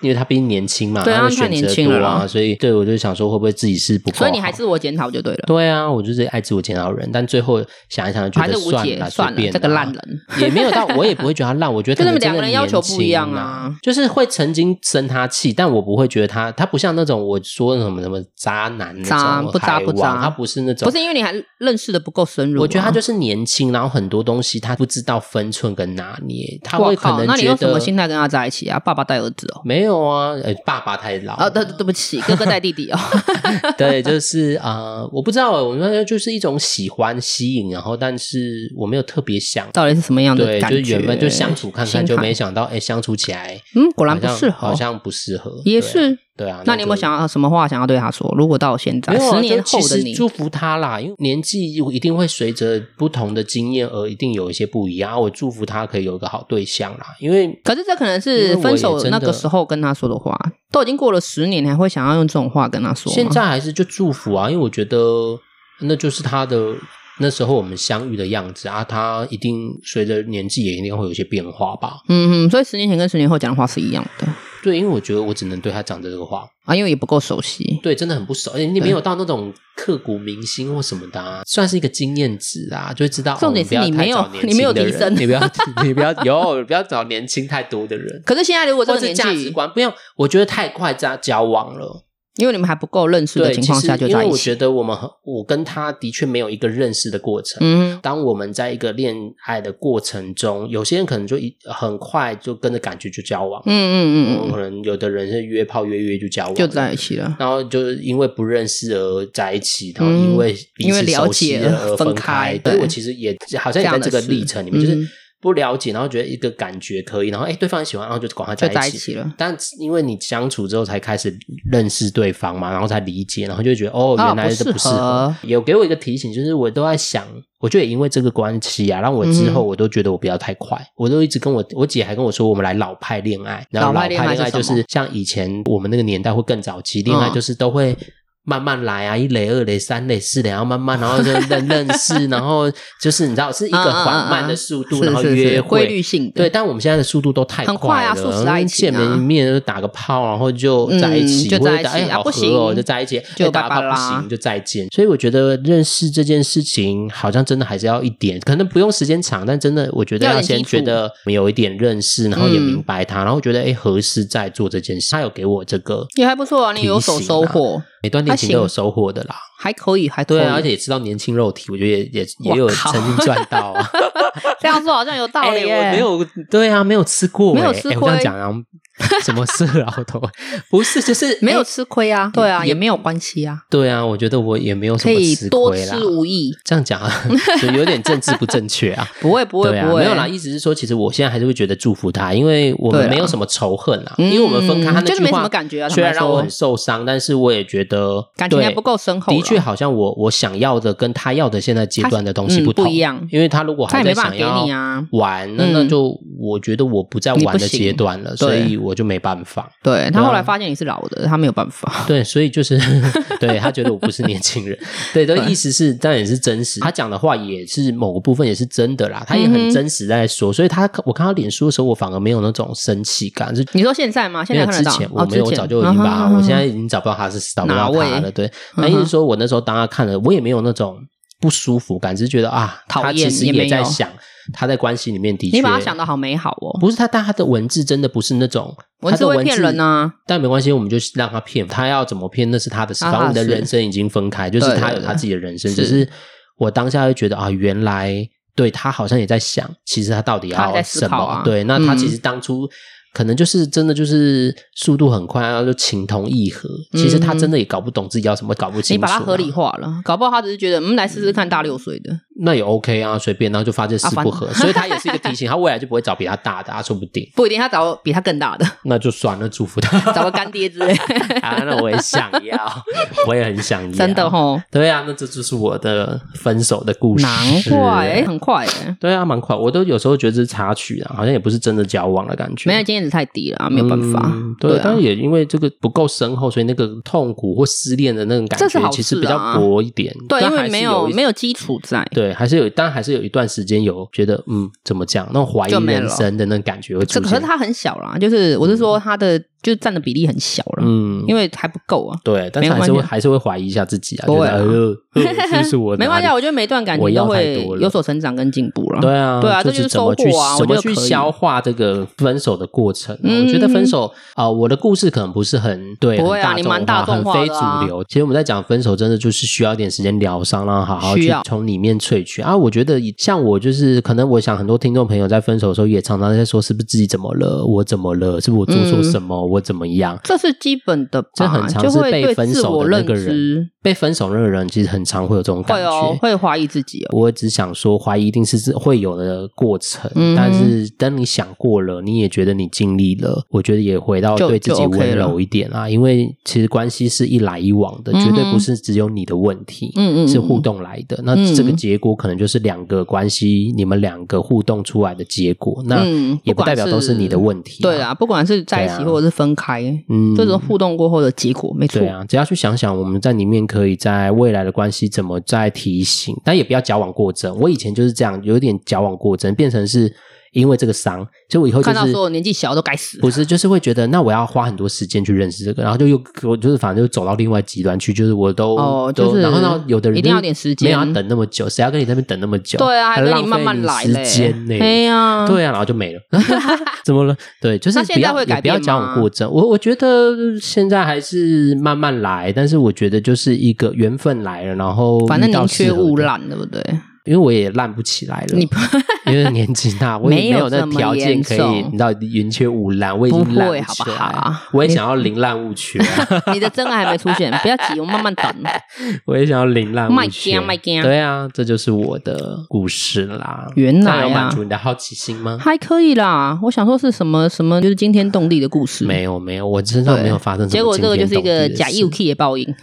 [SPEAKER 1] 因为他毕竟年轻嘛，
[SPEAKER 2] 对啊
[SPEAKER 1] 他的
[SPEAKER 2] 太
[SPEAKER 1] 选
[SPEAKER 2] 年
[SPEAKER 1] 择
[SPEAKER 2] 轻
[SPEAKER 1] 多
[SPEAKER 2] 了
[SPEAKER 1] 啊，
[SPEAKER 2] 啦
[SPEAKER 1] 所以对我就想说，会不会自己是不够好？啊
[SPEAKER 2] 所以你还自我检讨就对了，
[SPEAKER 1] 对啊，我就是爱自我检讨人，但最后想一想，觉
[SPEAKER 2] 还
[SPEAKER 1] 得
[SPEAKER 2] 是无
[SPEAKER 1] 算
[SPEAKER 2] 解
[SPEAKER 1] 了，
[SPEAKER 2] 算
[SPEAKER 1] 随
[SPEAKER 2] 了，
[SPEAKER 1] 便啊
[SPEAKER 2] 这个
[SPEAKER 1] 啦
[SPEAKER 2] 烂人。
[SPEAKER 1] 也没有到，我也不会觉得他烂，我觉得
[SPEAKER 2] 就是
[SPEAKER 1] 可能真
[SPEAKER 2] 两个
[SPEAKER 1] 的
[SPEAKER 2] 人要求
[SPEAKER 1] 年
[SPEAKER 2] 不一样
[SPEAKER 1] 轻
[SPEAKER 2] 啊
[SPEAKER 1] 就是会曾经生他气，但我不会觉得他，他不像那种我说的什么什么渣男那种
[SPEAKER 2] 渣不渣
[SPEAKER 1] 海
[SPEAKER 2] 不
[SPEAKER 1] 王
[SPEAKER 2] 渣
[SPEAKER 1] 他不是那种，
[SPEAKER 2] 不是因为你还认识的不够深入啊、
[SPEAKER 1] 我觉得他就是年轻，然后很多东西他不知道分寸跟拿捏，他会
[SPEAKER 2] 哇
[SPEAKER 1] 可
[SPEAKER 2] 靠，
[SPEAKER 1] 能
[SPEAKER 2] 那你
[SPEAKER 1] 觉
[SPEAKER 2] 用什么心
[SPEAKER 1] 得
[SPEAKER 2] 态跟他在一起啊？爸爸带儿 子哦，
[SPEAKER 1] 没有啊，呃，爸爸太老
[SPEAKER 2] 啊，对对不起，哥哥带弟弟哦，
[SPEAKER 1] 对，就是啊，呃我不知道，我那时候就是一种喜欢吸引，然后但是我没有特别想。
[SPEAKER 2] 到底是什么样的
[SPEAKER 1] 对，
[SPEAKER 2] 感
[SPEAKER 1] 就
[SPEAKER 2] 觉？
[SPEAKER 1] 是缘分，就相处看看，
[SPEAKER 2] 心
[SPEAKER 1] 就
[SPEAKER 2] 态
[SPEAKER 1] 没想到，哎，相处起来
[SPEAKER 2] 嗯，果
[SPEAKER 1] 果
[SPEAKER 2] 然不适合，
[SPEAKER 1] 好像不适合，
[SPEAKER 2] 也
[SPEAKER 1] 对啊
[SPEAKER 2] 是。
[SPEAKER 1] 对啊。
[SPEAKER 2] 那你有没有
[SPEAKER 1] 就？
[SPEAKER 2] 想要什么话想要对他说？如果到现在、
[SPEAKER 1] 没有、啊，
[SPEAKER 2] 十
[SPEAKER 1] 就
[SPEAKER 2] 年
[SPEAKER 1] 其
[SPEAKER 2] 后的
[SPEAKER 1] 实
[SPEAKER 2] 你，
[SPEAKER 1] 祝福他啦，因为年纪一定会随着不同的经验而一定有一些不一样。啊我祝福他可以有一个好对象啦，因为
[SPEAKER 2] 可是这可能
[SPEAKER 1] 因为
[SPEAKER 2] 是
[SPEAKER 1] 我
[SPEAKER 2] 分
[SPEAKER 1] 也
[SPEAKER 2] 手
[SPEAKER 1] 真
[SPEAKER 2] 那
[SPEAKER 1] 的
[SPEAKER 2] 个时候跟他说的话，都已经过了十年，你还会想要用这种话跟他说吗？
[SPEAKER 1] 现在还是就祝福啊，因为我觉得那就是他的那时候我们相遇的样子啊，他一定随着年纪也一定会有一些变化吧。
[SPEAKER 2] 嗯嗯，所以十年前跟十年后讲的话是一样的
[SPEAKER 1] 对，因为我觉得我只能对他讲这个话，
[SPEAKER 2] 啊，因为也不够熟悉。
[SPEAKER 1] 对，真的很不熟，而且你
[SPEAKER 2] 对
[SPEAKER 1] 没有到那种刻骨铭心或什么的、啊，算是一个经验值啊，就会知道。哦
[SPEAKER 2] 重点是
[SPEAKER 1] 你
[SPEAKER 2] 你
[SPEAKER 1] 不要
[SPEAKER 2] 没有
[SPEAKER 1] 太找年轻
[SPEAKER 2] 你没有
[SPEAKER 1] 的
[SPEAKER 2] 提
[SPEAKER 1] 人
[SPEAKER 2] 升
[SPEAKER 1] 你不 要你不要有不要找年轻太多的人，
[SPEAKER 2] 可是现在如果这
[SPEAKER 1] 或
[SPEAKER 2] 个
[SPEAKER 1] 是
[SPEAKER 2] 年
[SPEAKER 1] 价值
[SPEAKER 2] 纪，
[SPEAKER 1] 观不用，我觉得太快加交往了。
[SPEAKER 2] 因为你们还不够认识的
[SPEAKER 1] 对，
[SPEAKER 2] 情
[SPEAKER 1] 其
[SPEAKER 2] 况
[SPEAKER 1] 实
[SPEAKER 2] 下就
[SPEAKER 1] 因
[SPEAKER 2] 在
[SPEAKER 1] 为
[SPEAKER 2] 一
[SPEAKER 1] 我
[SPEAKER 2] 起，
[SPEAKER 1] 觉得我们很我跟他的确没有一个认识的过程。
[SPEAKER 2] 嗯，
[SPEAKER 1] 当我们在一个恋爱的过程中，有些人可能就一很快就跟着感觉就交往，
[SPEAKER 2] 嗯嗯嗯
[SPEAKER 1] 可能有的人是约炮约约就交往
[SPEAKER 2] 嗯，
[SPEAKER 1] 了，
[SPEAKER 2] 就在一起了。
[SPEAKER 1] 然后就是因为不认识而在一起，然后
[SPEAKER 2] 嗯
[SPEAKER 1] 因为彼
[SPEAKER 2] 因为
[SPEAKER 1] 此
[SPEAKER 2] 了
[SPEAKER 1] 熟悉
[SPEAKER 2] 解
[SPEAKER 1] 了而
[SPEAKER 2] 分
[SPEAKER 1] 分
[SPEAKER 2] 开
[SPEAKER 1] 对
[SPEAKER 2] 对
[SPEAKER 1] 我其实也好像也在这个历程里面，
[SPEAKER 2] 这
[SPEAKER 1] 就
[SPEAKER 2] 样的事嗯
[SPEAKER 1] 是不了解，然后觉得一个感觉可以，然后哎对方也喜欢，然后就赶快
[SPEAKER 2] 就在
[SPEAKER 1] 在
[SPEAKER 2] 一起了
[SPEAKER 1] 但因为你相处之后才开始认识对方嘛，然后才理解，然后就觉得哦原来这
[SPEAKER 2] 啊不
[SPEAKER 1] 不适
[SPEAKER 2] 适合
[SPEAKER 1] 合。有给我一个提醒，就是我都在想，我觉得也因为这个关系啊，让我之
[SPEAKER 2] 嗯
[SPEAKER 1] 后我都觉得我不要太快，我都一直跟我我姐还跟我说，我们来老派恋爱，然后老
[SPEAKER 2] 老派
[SPEAKER 1] 派
[SPEAKER 2] 恋爱是
[SPEAKER 1] 恋爱就
[SPEAKER 2] 什么
[SPEAKER 1] 是像以前我们那个年代会更早期，恋爱
[SPEAKER 2] 嗯
[SPEAKER 1] 就是都会。慢慢来啊，一垒、二垒、三垒、四垒，然后慢慢，然后就认 认识，然后就是你知道是一
[SPEAKER 2] 嗯
[SPEAKER 1] 个缓慢的速度，然后
[SPEAKER 2] 是是
[SPEAKER 1] 约
[SPEAKER 2] 是
[SPEAKER 1] 会
[SPEAKER 2] 规律性的，
[SPEAKER 1] 对，但我们现在的速度都太
[SPEAKER 2] 很快
[SPEAKER 1] 快
[SPEAKER 2] 啊
[SPEAKER 1] 了，
[SPEAKER 2] 速食爱情
[SPEAKER 1] 见
[SPEAKER 2] 啊
[SPEAKER 1] 面面就打个炮，然后就在一起，
[SPEAKER 2] 嗯就
[SPEAKER 1] 或者
[SPEAKER 2] 在一起
[SPEAKER 1] 打哎
[SPEAKER 2] 啊
[SPEAKER 1] 好
[SPEAKER 2] 不
[SPEAKER 1] 合哦
[SPEAKER 2] 行
[SPEAKER 1] 就在一起，
[SPEAKER 2] 就
[SPEAKER 1] 哎打
[SPEAKER 2] 拜拜
[SPEAKER 1] 炮不
[SPEAKER 2] 啦
[SPEAKER 1] 行就再见。所以我觉得认识这件事情，好像真的还是要一点，可能不用时间长，但真的我觉得
[SPEAKER 2] 要有
[SPEAKER 1] 要先
[SPEAKER 2] 点基
[SPEAKER 1] 觉
[SPEAKER 2] 础
[SPEAKER 1] 得有一点认识，然后也
[SPEAKER 2] 嗯
[SPEAKER 1] 明白他，然后觉得哎合适再做这件事。他有给我这个
[SPEAKER 2] 也还不错啊，你有所
[SPEAKER 1] 提醒
[SPEAKER 2] 收
[SPEAKER 1] 啊
[SPEAKER 2] 获，
[SPEAKER 1] 每段
[SPEAKER 2] 还
[SPEAKER 1] 恋情都有
[SPEAKER 2] 行
[SPEAKER 1] 收获的啦。
[SPEAKER 2] 还可以，还可以。
[SPEAKER 1] 对啊，而且也吃到年轻肉体，我觉得也也也有
[SPEAKER 2] 哇靠
[SPEAKER 1] 曾经赚到啊。
[SPEAKER 2] 这样说好像有道理耶、
[SPEAKER 1] 哎我没有，对啊，没有吃过、欸，
[SPEAKER 2] 没有吃
[SPEAKER 1] 哎
[SPEAKER 2] 过
[SPEAKER 1] 我这样
[SPEAKER 2] 欸
[SPEAKER 1] 讲啊， 什么色老头？ 不是，就是
[SPEAKER 2] 没有
[SPEAKER 1] 哎
[SPEAKER 2] 吃亏啊，对啊，也没有关系啊，
[SPEAKER 1] 对啊，我觉得我也没有什
[SPEAKER 2] 可
[SPEAKER 1] 么
[SPEAKER 2] 以
[SPEAKER 1] 吃
[SPEAKER 2] 多
[SPEAKER 1] 亏啦。
[SPEAKER 2] 吃无益，
[SPEAKER 1] 这样讲啊， 就有点政治不正确啊。
[SPEAKER 2] 不会 不会
[SPEAKER 1] 对啊
[SPEAKER 2] 不，会，
[SPEAKER 1] 没有啦，意思是说，其实我现在还是会觉得祝福他，因为我
[SPEAKER 2] 对
[SPEAKER 1] 们
[SPEAKER 2] 啊
[SPEAKER 1] 没有什么仇恨啊，
[SPEAKER 2] 嗯
[SPEAKER 1] 因为我们分开，他那
[SPEAKER 2] 就是
[SPEAKER 1] 句
[SPEAKER 2] 没什
[SPEAKER 1] 话
[SPEAKER 2] 么感觉啊
[SPEAKER 1] 虽然
[SPEAKER 2] 坦白
[SPEAKER 1] 让
[SPEAKER 2] 说
[SPEAKER 1] 我很受伤，但是我也觉得
[SPEAKER 2] 感情还
[SPEAKER 1] 对
[SPEAKER 2] 不够深厚啦
[SPEAKER 1] 的确，好像我我想要的跟他要的现在阶段的东
[SPEAKER 2] 他
[SPEAKER 1] 西
[SPEAKER 2] 嗯
[SPEAKER 1] 同，
[SPEAKER 2] 不一样
[SPEAKER 1] 因为他如果
[SPEAKER 2] 他
[SPEAKER 1] 还
[SPEAKER 2] 也没
[SPEAKER 1] 在
[SPEAKER 2] 办
[SPEAKER 1] 想
[SPEAKER 2] 法给
[SPEAKER 1] 要
[SPEAKER 2] 你啊
[SPEAKER 1] 玩，那
[SPEAKER 2] 嗯
[SPEAKER 1] 那就我觉得我不在
[SPEAKER 2] 你不
[SPEAKER 1] 玩的阶
[SPEAKER 2] 行
[SPEAKER 1] 段了，所
[SPEAKER 2] 对
[SPEAKER 1] 以我就没办法。
[SPEAKER 2] 对
[SPEAKER 1] 啊
[SPEAKER 2] 他后来发现你是老的，他没有办法。
[SPEAKER 1] 对，所以就是 对他觉得我不是年轻人，对，的意思是当然也是真实，他讲的话也是某个部分也是真的啦，他也
[SPEAKER 2] 嗯哼
[SPEAKER 1] 很真实在说，所以他我看他脸书的时候，我反而没有那种生气感，是
[SPEAKER 2] 你说现在吗？现
[SPEAKER 1] 没
[SPEAKER 2] 在
[SPEAKER 1] 有
[SPEAKER 2] 看得
[SPEAKER 1] 之
[SPEAKER 2] 到？
[SPEAKER 1] 前我
[SPEAKER 2] 哦，
[SPEAKER 1] 没有，我
[SPEAKER 2] 之前
[SPEAKER 1] 早就已经把
[SPEAKER 2] 啊
[SPEAKER 1] 他，
[SPEAKER 2] 哈
[SPEAKER 1] 我现在已经找不到他是找不
[SPEAKER 2] 哪
[SPEAKER 1] 到他
[SPEAKER 2] 位嗯
[SPEAKER 1] 了。对，那意思说我那时候当他看了，我也没有那种不舒服感，只是觉得啊，
[SPEAKER 2] 讨
[SPEAKER 1] 他
[SPEAKER 2] 厌
[SPEAKER 1] 其实
[SPEAKER 2] 也没
[SPEAKER 1] 也在
[SPEAKER 2] 有
[SPEAKER 1] 想他在关系里面的确，
[SPEAKER 2] 你把他想的好美好哦，
[SPEAKER 1] 不是他，但他的文字真的不是那种
[SPEAKER 2] 文字
[SPEAKER 1] 他的
[SPEAKER 2] 会骗人啊。
[SPEAKER 1] 但没关系，我们就让他骗，他要怎么骗那是他的事。
[SPEAKER 2] 啊
[SPEAKER 1] 反正我们的
[SPEAKER 2] 是
[SPEAKER 1] 人生已经分开，就是
[SPEAKER 2] 对
[SPEAKER 1] 他
[SPEAKER 2] 对
[SPEAKER 1] 有他
[SPEAKER 2] 对
[SPEAKER 1] 自己的人生。
[SPEAKER 2] 是
[SPEAKER 1] 只是我当下会觉得啊，原来对他好像也在想，其实他到底
[SPEAKER 2] 他在
[SPEAKER 1] 要
[SPEAKER 2] 思
[SPEAKER 1] 什么？
[SPEAKER 2] 考啊
[SPEAKER 1] 对，那他
[SPEAKER 2] 嗯
[SPEAKER 1] 其实当初。可能就是真的就是速度很快，然啊后就情同意合。其实他真的也搞不懂自己要什么，搞不清楚啊。
[SPEAKER 2] 嗯你把它合理化了，搞不好他只是觉得，嗯，来试试看大六岁的，
[SPEAKER 1] 那也 OK 啊，随便，然后就发现
[SPEAKER 2] 啊
[SPEAKER 1] 事
[SPEAKER 2] 反
[SPEAKER 1] 不合，所以他也是一个提醒，他未来就不会找比他大的、啊，说不定
[SPEAKER 2] 不一定他找比他更大的，
[SPEAKER 1] 那就算了，祝福他。
[SPEAKER 2] 找个干爹 之类，
[SPEAKER 1] 啊，那我也想要，我也很想要，
[SPEAKER 2] 真的哦吼，
[SPEAKER 1] 对啊，那这就是我的分手的故事。
[SPEAKER 2] 难怪，哎，很快哎，
[SPEAKER 1] 对啊，蛮快，我都有时候觉得这是插曲啊，好像也不是真的交往的感觉。
[SPEAKER 2] 没有经验值太低了啊，没有办法
[SPEAKER 1] 嗯，
[SPEAKER 2] 对
[SPEAKER 1] 对，
[SPEAKER 2] 啊
[SPEAKER 1] 但，也因为这个不够深厚，所以那个痛苦或失恋的那种感
[SPEAKER 2] 这是好
[SPEAKER 1] 觉
[SPEAKER 2] 事啊
[SPEAKER 1] 其实比较薄一点。
[SPEAKER 2] 对，
[SPEAKER 1] 但
[SPEAKER 2] 因
[SPEAKER 1] 还
[SPEAKER 2] 为
[SPEAKER 1] 是
[SPEAKER 2] 没有
[SPEAKER 1] 一
[SPEAKER 2] 没有基础在，
[SPEAKER 1] 对，还是有，但还是有一段时间有觉得，嗯，怎么讲，那种怀疑
[SPEAKER 2] 就没了
[SPEAKER 1] 人生的那种感觉会
[SPEAKER 2] 这
[SPEAKER 1] 出
[SPEAKER 2] 可是
[SPEAKER 1] 现。
[SPEAKER 2] 他很小啦，就是我是说他的就占的比例很小了，
[SPEAKER 1] 嗯，
[SPEAKER 2] 因为还不够啊，
[SPEAKER 1] 对，但
[SPEAKER 2] 没
[SPEAKER 1] 是还是
[SPEAKER 2] 关
[SPEAKER 1] 会
[SPEAKER 2] 系
[SPEAKER 1] 还是会怀疑一下自己啊，
[SPEAKER 2] 不
[SPEAKER 1] 觉
[SPEAKER 2] 会
[SPEAKER 1] 得
[SPEAKER 2] 啊
[SPEAKER 1] 哎呦，呃是不是我 哪里？
[SPEAKER 2] 没关系啊，我觉得每一段感
[SPEAKER 1] 我
[SPEAKER 2] 情都
[SPEAKER 1] 要太
[SPEAKER 2] 会
[SPEAKER 1] 多了
[SPEAKER 2] 有所成长跟进步了，
[SPEAKER 1] 对啊，
[SPEAKER 2] 对啊
[SPEAKER 1] 就
[SPEAKER 2] 这就是
[SPEAKER 1] 怎么
[SPEAKER 2] 收
[SPEAKER 1] 去
[SPEAKER 2] 获啊我
[SPEAKER 1] 怎
[SPEAKER 2] 觉
[SPEAKER 1] 么
[SPEAKER 2] 得
[SPEAKER 1] 去
[SPEAKER 2] 可以
[SPEAKER 1] 消化这个分手的过程啊、
[SPEAKER 2] 嗯
[SPEAKER 1] 我觉得分手啊、我的故事可能不是很对，
[SPEAKER 2] 不会啊
[SPEAKER 1] 很
[SPEAKER 2] 你蛮
[SPEAKER 1] 大
[SPEAKER 2] 大众化
[SPEAKER 1] 很非
[SPEAKER 2] 的啊
[SPEAKER 1] 主流。其实我们在讲分手，真的就是需要一点时间疗伤，然后好好
[SPEAKER 2] 需
[SPEAKER 1] 去
[SPEAKER 2] 要
[SPEAKER 1] 从里面萃取啊。我觉得像我就是，可能我想很多听众朋友在分手的时候，也常常在说，是不是自己怎么了？我怎么了？是不是我做错
[SPEAKER 2] 嗯
[SPEAKER 1] 什么？我怎么样？
[SPEAKER 2] 这是基本的吧，
[SPEAKER 1] 这很常
[SPEAKER 2] 就是会
[SPEAKER 1] 被
[SPEAKER 2] 对
[SPEAKER 1] 分
[SPEAKER 2] 自
[SPEAKER 1] 手
[SPEAKER 2] 我
[SPEAKER 1] 的那
[SPEAKER 2] 认
[SPEAKER 1] 个
[SPEAKER 2] 知
[SPEAKER 1] 人，被分手那个人其实很常会有这种感
[SPEAKER 2] 会
[SPEAKER 1] 觉，
[SPEAKER 2] 哦，会怀疑自己哦。
[SPEAKER 1] 我只想说，怀疑一定是会有的过程，
[SPEAKER 2] 嗯
[SPEAKER 1] 但是当你想过了，你也觉得你尽力了，我觉得也回到
[SPEAKER 2] 就
[SPEAKER 1] 对自己
[SPEAKER 2] 就 OK
[SPEAKER 1] 温柔一点啊，因为其实关系是一来一往的，
[SPEAKER 2] 嗯哼
[SPEAKER 1] 绝对不是只有你的问题，
[SPEAKER 2] 嗯嗯嗯
[SPEAKER 1] 是互动来的。那
[SPEAKER 2] 嗯
[SPEAKER 1] 这个结果可能就是两个关系，你们两个互动出来的结果，那
[SPEAKER 2] 嗯
[SPEAKER 1] 也
[SPEAKER 2] 不
[SPEAKER 1] 不代
[SPEAKER 2] 管
[SPEAKER 1] 表都是你的问题、
[SPEAKER 2] 对，啊，不管是在一起
[SPEAKER 1] 对啊
[SPEAKER 2] 或者是分开，
[SPEAKER 1] 嗯，
[SPEAKER 2] 这种互动过后的结果，没错
[SPEAKER 1] 对。啊，只要去想想，我们在里面可以在未来的关系怎么再提醒，但也不要矫枉过正。我以前就是这样，有点矫枉过正，变成是因为这个伤，所以我以后就
[SPEAKER 2] 看到
[SPEAKER 1] 是
[SPEAKER 2] 所有年纪小的都该死，啊
[SPEAKER 1] 不是就是会觉得，那我要花很多时间去认识这个，然后就又我就是反正就走到另外极端去，就是我都
[SPEAKER 2] 哦
[SPEAKER 1] 都
[SPEAKER 2] 就是
[SPEAKER 1] 然后呢，有的人
[SPEAKER 2] 一定
[SPEAKER 1] 就
[SPEAKER 2] 要
[SPEAKER 1] 是
[SPEAKER 2] 点时间
[SPEAKER 1] 没有要等那么久，谁要跟你在那边等那么久？
[SPEAKER 2] 对啊，还
[SPEAKER 1] 还
[SPEAKER 2] 跟
[SPEAKER 1] 浪
[SPEAKER 2] 你
[SPEAKER 1] 费
[SPEAKER 2] 慢慢来
[SPEAKER 1] 时
[SPEAKER 2] 嘞，
[SPEAKER 1] 间呢、
[SPEAKER 2] 哎呀，
[SPEAKER 1] 对啊，然后就没了。 怎么了？对，就是
[SPEAKER 2] 那现
[SPEAKER 1] 不
[SPEAKER 2] 在
[SPEAKER 1] 要
[SPEAKER 2] 会改
[SPEAKER 1] 也不要
[SPEAKER 2] 变
[SPEAKER 1] 矫
[SPEAKER 2] 吗
[SPEAKER 1] 枉过正。我我觉得现在还是慢慢来，但是我觉得就是一个缘分来了，然后
[SPEAKER 2] 反正
[SPEAKER 1] 遇到
[SPEAKER 2] 宁缺
[SPEAKER 1] 适合的
[SPEAKER 2] 毋，滥，对不对？
[SPEAKER 1] 因为我也烂不起来了。
[SPEAKER 2] 你
[SPEAKER 1] 因为年纪 大，我
[SPEAKER 2] 没
[SPEAKER 1] 也没
[SPEAKER 2] 有
[SPEAKER 1] 有那
[SPEAKER 2] 这么
[SPEAKER 1] 条件
[SPEAKER 2] 严
[SPEAKER 1] 可以，
[SPEAKER 2] 重
[SPEAKER 1] 你知道宁缺毋滥，我已
[SPEAKER 2] 不
[SPEAKER 1] 经烂
[SPEAKER 2] 会好
[SPEAKER 1] 起
[SPEAKER 2] 不
[SPEAKER 1] 来
[SPEAKER 2] 好
[SPEAKER 1] 我也
[SPEAKER 2] 你
[SPEAKER 1] 想要零滥勿缺啊、
[SPEAKER 2] 你的真爱还没出 现，不要急，我慢慢等。
[SPEAKER 1] 我也想要零滥
[SPEAKER 2] 卖
[SPEAKER 1] 勿缺
[SPEAKER 2] 家。卖家
[SPEAKER 1] 对啊，这就是我的故事啦。
[SPEAKER 2] 原
[SPEAKER 1] 那有
[SPEAKER 2] 来啊
[SPEAKER 1] 满足你的好奇心 吗？
[SPEAKER 2] 还可以啦，我想说是什么什么，就是惊天动地的故事，
[SPEAKER 1] 没有没有，我身
[SPEAKER 2] 对，
[SPEAKER 1] 上没有发生什么
[SPEAKER 2] 结果这个
[SPEAKER 1] 惊天
[SPEAKER 2] 就是一
[SPEAKER 1] 动地
[SPEAKER 2] 个
[SPEAKER 1] 的
[SPEAKER 2] 假
[SPEAKER 1] 事
[SPEAKER 2] U K 的报应。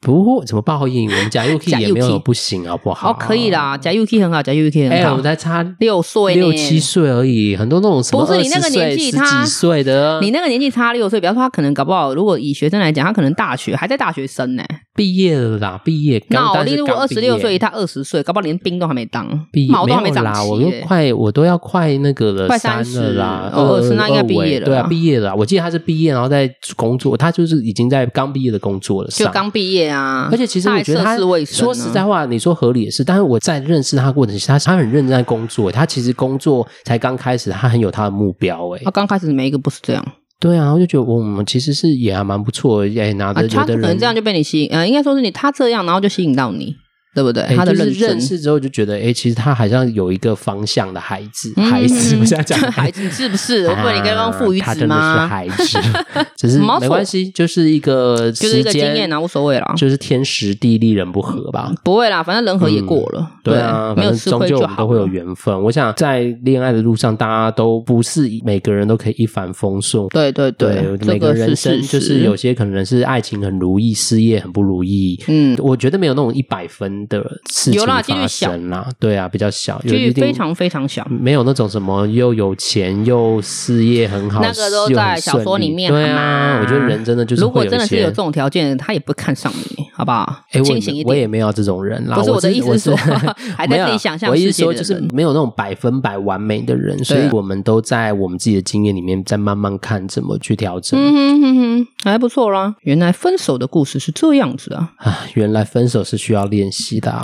[SPEAKER 1] 不过怎么报应？我们假 UK
[SPEAKER 2] 假
[SPEAKER 1] 也没
[SPEAKER 2] UK
[SPEAKER 1] 有不行，好不好？
[SPEAKER 2] 哦，可以。啦，假 U K 很好，假 U K
[SPEAKER 1] 哎，我
[SPEAKER 2] 很
[SPEAKER 1] 们
[SPEAKER 2] 好。
[SPEAKER 1] 才差
[SPEAKER 2] 六岁呢
[SPEAKER 1] 六七岁而已，很多那种什么
[SPEAKER 2] 不是你那个
[SPEAKER 1] 20岁
[SPEAKER 2] 年纪
[SPEAKER 1] 十
[SPEAKER 2] 他
[SPEAKER 1] 几岁的，
[SPEAKER 2] 你那个年纪差六岁，比方说他可能搞不好，如果以学生来讲，他可能大学还在大学生呢。
[SPEAKER 1] 毕业了啦，毕业
[SPEAKER 2] 那
[SPEAKER 1] 刚
[SPEAKER 2] 我
[SPEAKER 1] 但
[SPEAKER 2] 例
[SPEAKER 1] 是
[SPEAKER 2] 如果
[SPEAKER 1] 刚
[SPEAKER 2] 二
[SPEAKER 1] 毕
[SPEAKER 2] 十
[SPEAKER 1] 业
[SPEAKER 2] 六岁，他二十岁，搞不好连兵都还没当
[SPEAKER 1] 毕，业
[SPEAKER 2] 毛都还
[SPEAKER 1] 没有
[SPEAKER 2] 长
[SPEAKER 1] 啦，我
[SPEAKER 2] 齐
[SPEAKER 1] 都
[SPEAKER 2] 耶。
[SPEAKER 1] 快我都要快那个了，
[SPEAKER 2] 快
[SPEAKER 1] 三
[SPEAKER 2] 30
[SPEAKER 1] 了啦，
[SPEAKER 2] 哦20
[SPEAKER 1] 二
[SPEAKER 2] 那应该
[SPEAKER 1] 二
[SPEAKER 2] 毕业
[SPEAKER 1] 尾
[SPEAKER 2] 了
[SPEAKER 1] 对啊
[SPEAKER 2] 啦，
[SPEAKER 1] 毕业了啦。我记得他是毕业，然后在工作，他就是已经在刚毕业的工作了，
[SPEAKER 2] 就
[SPEAKER 1] 上
[SPEAKER 2] 刚毕业啊，
[SPEAKER 1] 而且其实我觉得
[SPEAKER 2] 他还
[SPEAKER 1] 他
[SPEAKER 2] 涉世未深啊
[SPEAKER 1] 说
[SPEAKER 2] 呢
[SPEAKER 1] 实在话，你说合理也是，但是我在认识他过程，他他很认真在工作，他其实工作才刚开始，他很有他的目标哎
[SPEAKER 2] 他。刚开始每一个不是这样，
[SPEAKER 1] 对啊，我就觉得我们其实是也还蛮不错，哎，拿
[SPEAKER 2] 啊
[SPEAKER 1] 着，有
[SPEAKER 2] 他可
[SPEAKER 1] 的
[SPEAKER 2] 能
[SPEAKER 1] 人
[SPEAKER 2] 这样就被你吸引，呃，应该说是你他这样，然后就吸引到你，对不对？
[SPEAKER 1] 哎
[SPEAKER 2] 他的
[SPEAKER 1] 就是
[SPEAKER 2] 认真
[SPEAKER 1] 认识之后就觉得，哎，其实他好像有一个方向的孩子，孩子，
[SPEAKER 2] 嗯
[SPEAKER 1] 我现在讲
[SPEAKER 2] 孩子是 不是？我问你刚刚父
[SPEAKER 1] 父
[SPEAKER 2] 与
[SPEAKER 1] 啊他
[SPEAKER 2] 子
[SPEAKER 1] 真的是
[SPEAKER 2] 吗？
[SPEAKER 1] 孩子， 只是
[SPEAKER 2] 毛手
[SPEAKER 1] 没关系，就是一个
[SPEAKER 2] 就是一个
[SPEAKER 1] 时间
[SPEAKER 2] 经验啊无所谓啦
[SPEAKER 1] 就是天时地利人不合吧。
[SPEAKER 2] 不会啦，反正人和也过了，
[SPEAKER 1] 嗯对啊，反
[SPEAKER 2] 没有
[SPEAKER 1] 正
[SPEAKER 2] 吃
[SPEAKER 1] 终
[SPEAKER 2] 亏
[SPEAKER 1] 究我
[SPEAKER 2] 就
[SPEAKER 1] 们
[SPEAKER 2] 好
[SPEAKER 1] 都会有缘分。我想在恋爱的路上，大家都不是每个人都可以一帆风顺。
[SPEAKER 2] 对对这
[SPEAKER 1] 每个
[SPEAKER 2] 个是
[SPEAKER 1] 人生
[SPEAKER 2] 事
[SPEAKER 1] 就
[SPEAKER 2] 实。
[SPEAKER 1] 是有些可能是爱情很如意，事业很不如意。
[SPEAKER 2] 嗯
[SPEAKER 1] 我觉得没有那种一百分难的事情
[SPEAKER 2] 有啦
[SPEAKER 1] 发
[SPEAKER 2] 几率小
[SPEAKER 1] 生啦，对啊，比较小，有
[SPEAKER 2] 几率
[SPEAKER 1] 一定
[SPEAKER 2] 非常非常小
[SPEAKER 1] 没有那种什么又有钱又事业很好，
[SPEAKER 2] 那个都
[SPEAKER 1] 又很
[SPEAKER 2] 在小
[SPEAKER 1] 顺
[SPEAKER 2] 说里
[SPEAKER 1] 利
[SPEAKER 2] 面
[SPEAKER 1] 对
[SPEAKER 2] 好
[SPEAKER 1] 啊
[SPEAKER 2] 吗，
[SPEAKER 1] 我觉得人真的就是
[SPEAKER 2] 如果
[SPEAKER 1] 会
[SPEAKER 2] 真的
[SPEAKER 1] 一
[SPEAKER 2] 是
[SPEAKER 1] 些
[SPEAKER 2] 有这种条件，他也不会看上你，好不好？
[SPEAKER 1] 哎，我也
[SPEAKER 2] 清醒
[SPEAKER 1] 没
[SPEAKER 2] 一
[SPEAKER 1] 我也
[SPEAKER 2] 点。
[SPEAKER 1] 没有这种人啦。
[SPEAKER 2] 不是
[SPEAKER 1] 我
[SPEAKER 2] 我的意思
[SPEAKER 1] 我
[SPEAKER 2] 是说 还在
[SPEAKER 1] 没有啦啊
[SPEAKER 2] 自己想象
[SPEAKER 1] 我意思
[SPEAKER 2] 世界
[SPEAKER 1] 说
[SPEAKER 2] 的
[SPEAKER 1] 就是
[SPEAKER 2] 人
[SPEAKER 1] 没有那种百分百完美的人，所以
[SPEAKER 2] 对啊
[SPEAKER 1] 我们都在我们自己的经验里面再慢慢看怎么去调整。
[SPEAKER 2] 嗯哼哼哼，还不错啦。原来分手的故事是这样子啊，
[SPEAKER 1] 啊，原来分手是需要练习的啊！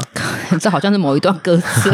[SPEAKER 2] 这好像是某一段歌 词。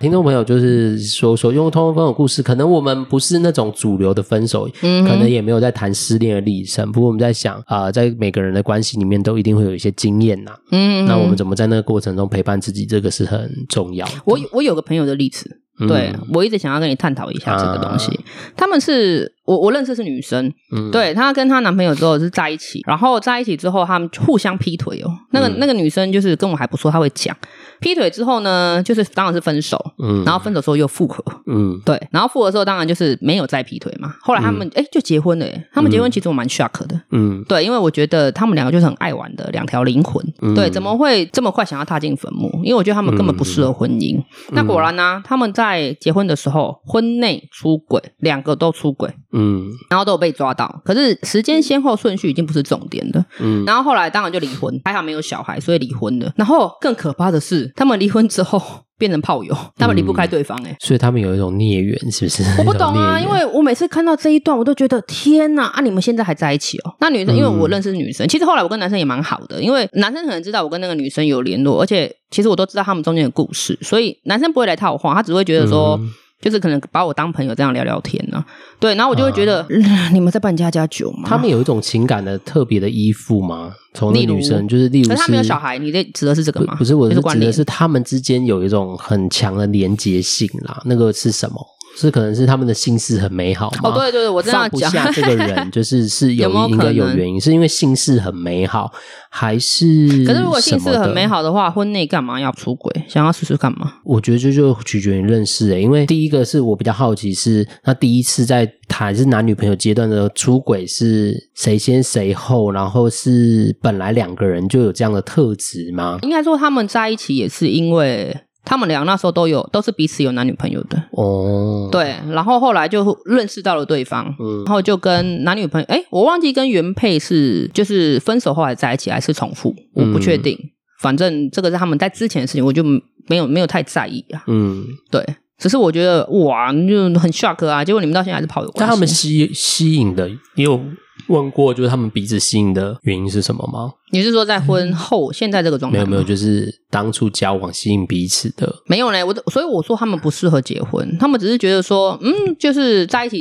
[SPEAKER 1] 听众朋友就是说说，因为通通分手故事，可能我们不是那种主流的分手，
[SPEAKER 2] 嗯哼
[SPEAKER 1] 可能也没有在谈失恋的历程。不过我们在想啊、在每个人的关系里面都一定会有一些经验呐、
[SPEAKER 2] 嗯，
[SPEAKER 1] 那我们怎么在那个过程中陪伴自己，这个是很重要的。
[SPEAKER 2] 我有我有个朋友的例子，
[SPEAKER 1] 嗯
[SPEAKER 2] 对、我一直想要跟你探讨一下这个东西。
[SPEAKER 1] 啊
[SPEAKER 2] 他们是我我认识是女生，
[SPEAKER 1] 嗯，
[SPEAKER 2] 对她跟她男朋友之后是在一起，然后在一起之后他们互相劈腿哦。那
[SPEAKER 1] 嗯
[SPEAKER 2] 个、那个女生就是跟我还不错，她会讲劈腿之后呢，就是当然是分手，
[SPEAKER 1] 嗯，
[SPEAKER 2] 然后分手之后又复合，
[SPEAKER 1] 嗯
[SPEAKER 2] 对，然后复合之后当然就是没有再劈腿嘛。后来他们哎、诶就结婚了耶，他们结婚其实我蛮 shock 的。
[SPEAKER 1] 嗯
[SPEAKER 2] 对，因为我觉得他们两个就是很爱玩的两条灵魂，
[SPEAKER 1] 嗯
[SPEAKER 2] 对，怎么会这么快想要踏进坟墓？因为我觉得他们根本不适合
[SPEAKER 1] 嗯
[SPEAKER 2] 婚姻。那果然呢、啊他们在结婚的时候，婚内出轨，两个都出轨，
[SPEAKER 1] 嗯
[SPEAKER 2] 然后都有被抓到。可是时间先后顺序已经不是重点了。
[SPEAKER 1] 嗯
[SPEAKER 2] 然后后来当然就离婚，还好没有小孩，所以离婚了。然后更可怕的是，他们离婚之后变成炮友，他们离不
[SPEAKER 1] 嗯
[SPEAKER 2] 开对方、欸，
[SPEAKER 1] 所以他们有一种孽缘，是不是？
[SPEAKER 2] 我不 懂啊，
[SPEAKER 1] 一种孽缘
[SPEAKER 2] 因为我每次看到这一段，我都觉得天呐，啊，你们现在还在一起哦？那
[SPEAKER 1] 嗯
[SPEAKER 2] 女生，因为我认识女生，其实后来我跟男生也蛮好的，因为男生可能知道我跟那个女生有联络，而且其实我都知道他们中间的故事，所以男生不会来套话，他只会觉得说。
[SPEAKER 1] 嗯
[SPEAKER 2] 就是可能把我当朋友这样聊聊天呢、啊，对，然后我就会觉得、你们在办家家酒吗？
[SPEAKER 1] 啊他们有一种情感的特别的依附嘛，从那
[SPEAKER 2] 例如
[SPEAKER 1] 女生就是例如
[SPEAKER 2] 可
[SPEAKER 1] 是
[SPEAKER 2] 是他没有小孩，你这指的是这个
[SPEAKER 1] 不
[SPEAKER 2] 吗？
[SPEAKER 1] 不是我
[SPEAKER 2] 就是是关
[SPEAKER 1] 指的
[SPEAKER 2] 联
[SPEAKER 1] 是他们之间有一种很强的连结性啦，那个是什么？是可能是他们的性事很美好吗
[SPEAKER 2] 哦，对对对，我这
[SPEAKER 1] 放
[SPEAKER 2] 样
[SPEAKER 1] 不
[SPEAKER 2] 讲
[SPEAKER 1] 下这个人，就是是有
[SPEAKER 2] 有没有
[SPEAKER 1] 应该
[SPEAKER 2] 可
[SPEAKER 1] 有
[SPEAKER 2] 能
[SPEAKER 1] 原因，是因为性事很美好，还是
[SPEAKER 2] 可是如果性
[SPEAKER 1] 什
[SPEAKER 2] 事
[SPEAKER 1] 么
[SPEAKER 2] 很
[SPEAKER 1] 的
[SPEAKER 2] 美好的话，婚内干嘛要出轨？想要试试干嘛？
[SPEAKER 1] 我觉得这就取决于认识欸诶、因为第一个是我比较好奇是，那第一次在谈是男女朋友阶段的出轨是谁先谁后，然后是本来两个人就有这样的特质吗？
[SPEAKER 2] 应该说他们在一起也是因为他们俩那时候都有都是彼此有男女朋友的，
[SPEAKER 1] 哦，，
[SPEAKER 2] 对，然后后来就认识到了对方。
[SPEAKER 1] 嗯
[SPEAKER 2] 然后就跟男女朋友，哎，我忘记跟原配是就是分手后还在一起，还是重复，我
[SPEAKER 1] 嗯
[SPEAKER 2] 不确定。反正这个是他们在之前的事情，我就没有没有太在意啊。
[SPEAKER 1] 嗯，
[SPEAKER 2] 对，只是我觉得哇，就很 shock 啊！结果你们到现在还是炮友关
[SPEAKER 1] 但
[SPEAKER 2] 系。
[SPEAKER 1] 他们吸吸引的，你有问过就是他们彼此吸引的原因是什么吗？
[SPEAKER 2] 你是说在婚后现在这个状
[SPEAKER 1] 没
[SPEAKER 2] 态
[SPEAKER 1] 有
[SPEAKER 2] 吗？
[SPEAKER 1] 没有，就是当初交往吸引彼此的，
[SPEAKER 2] 没有嘞，我所以我说他们不适合结婚，他们只是觉得说，嗯，就是在一起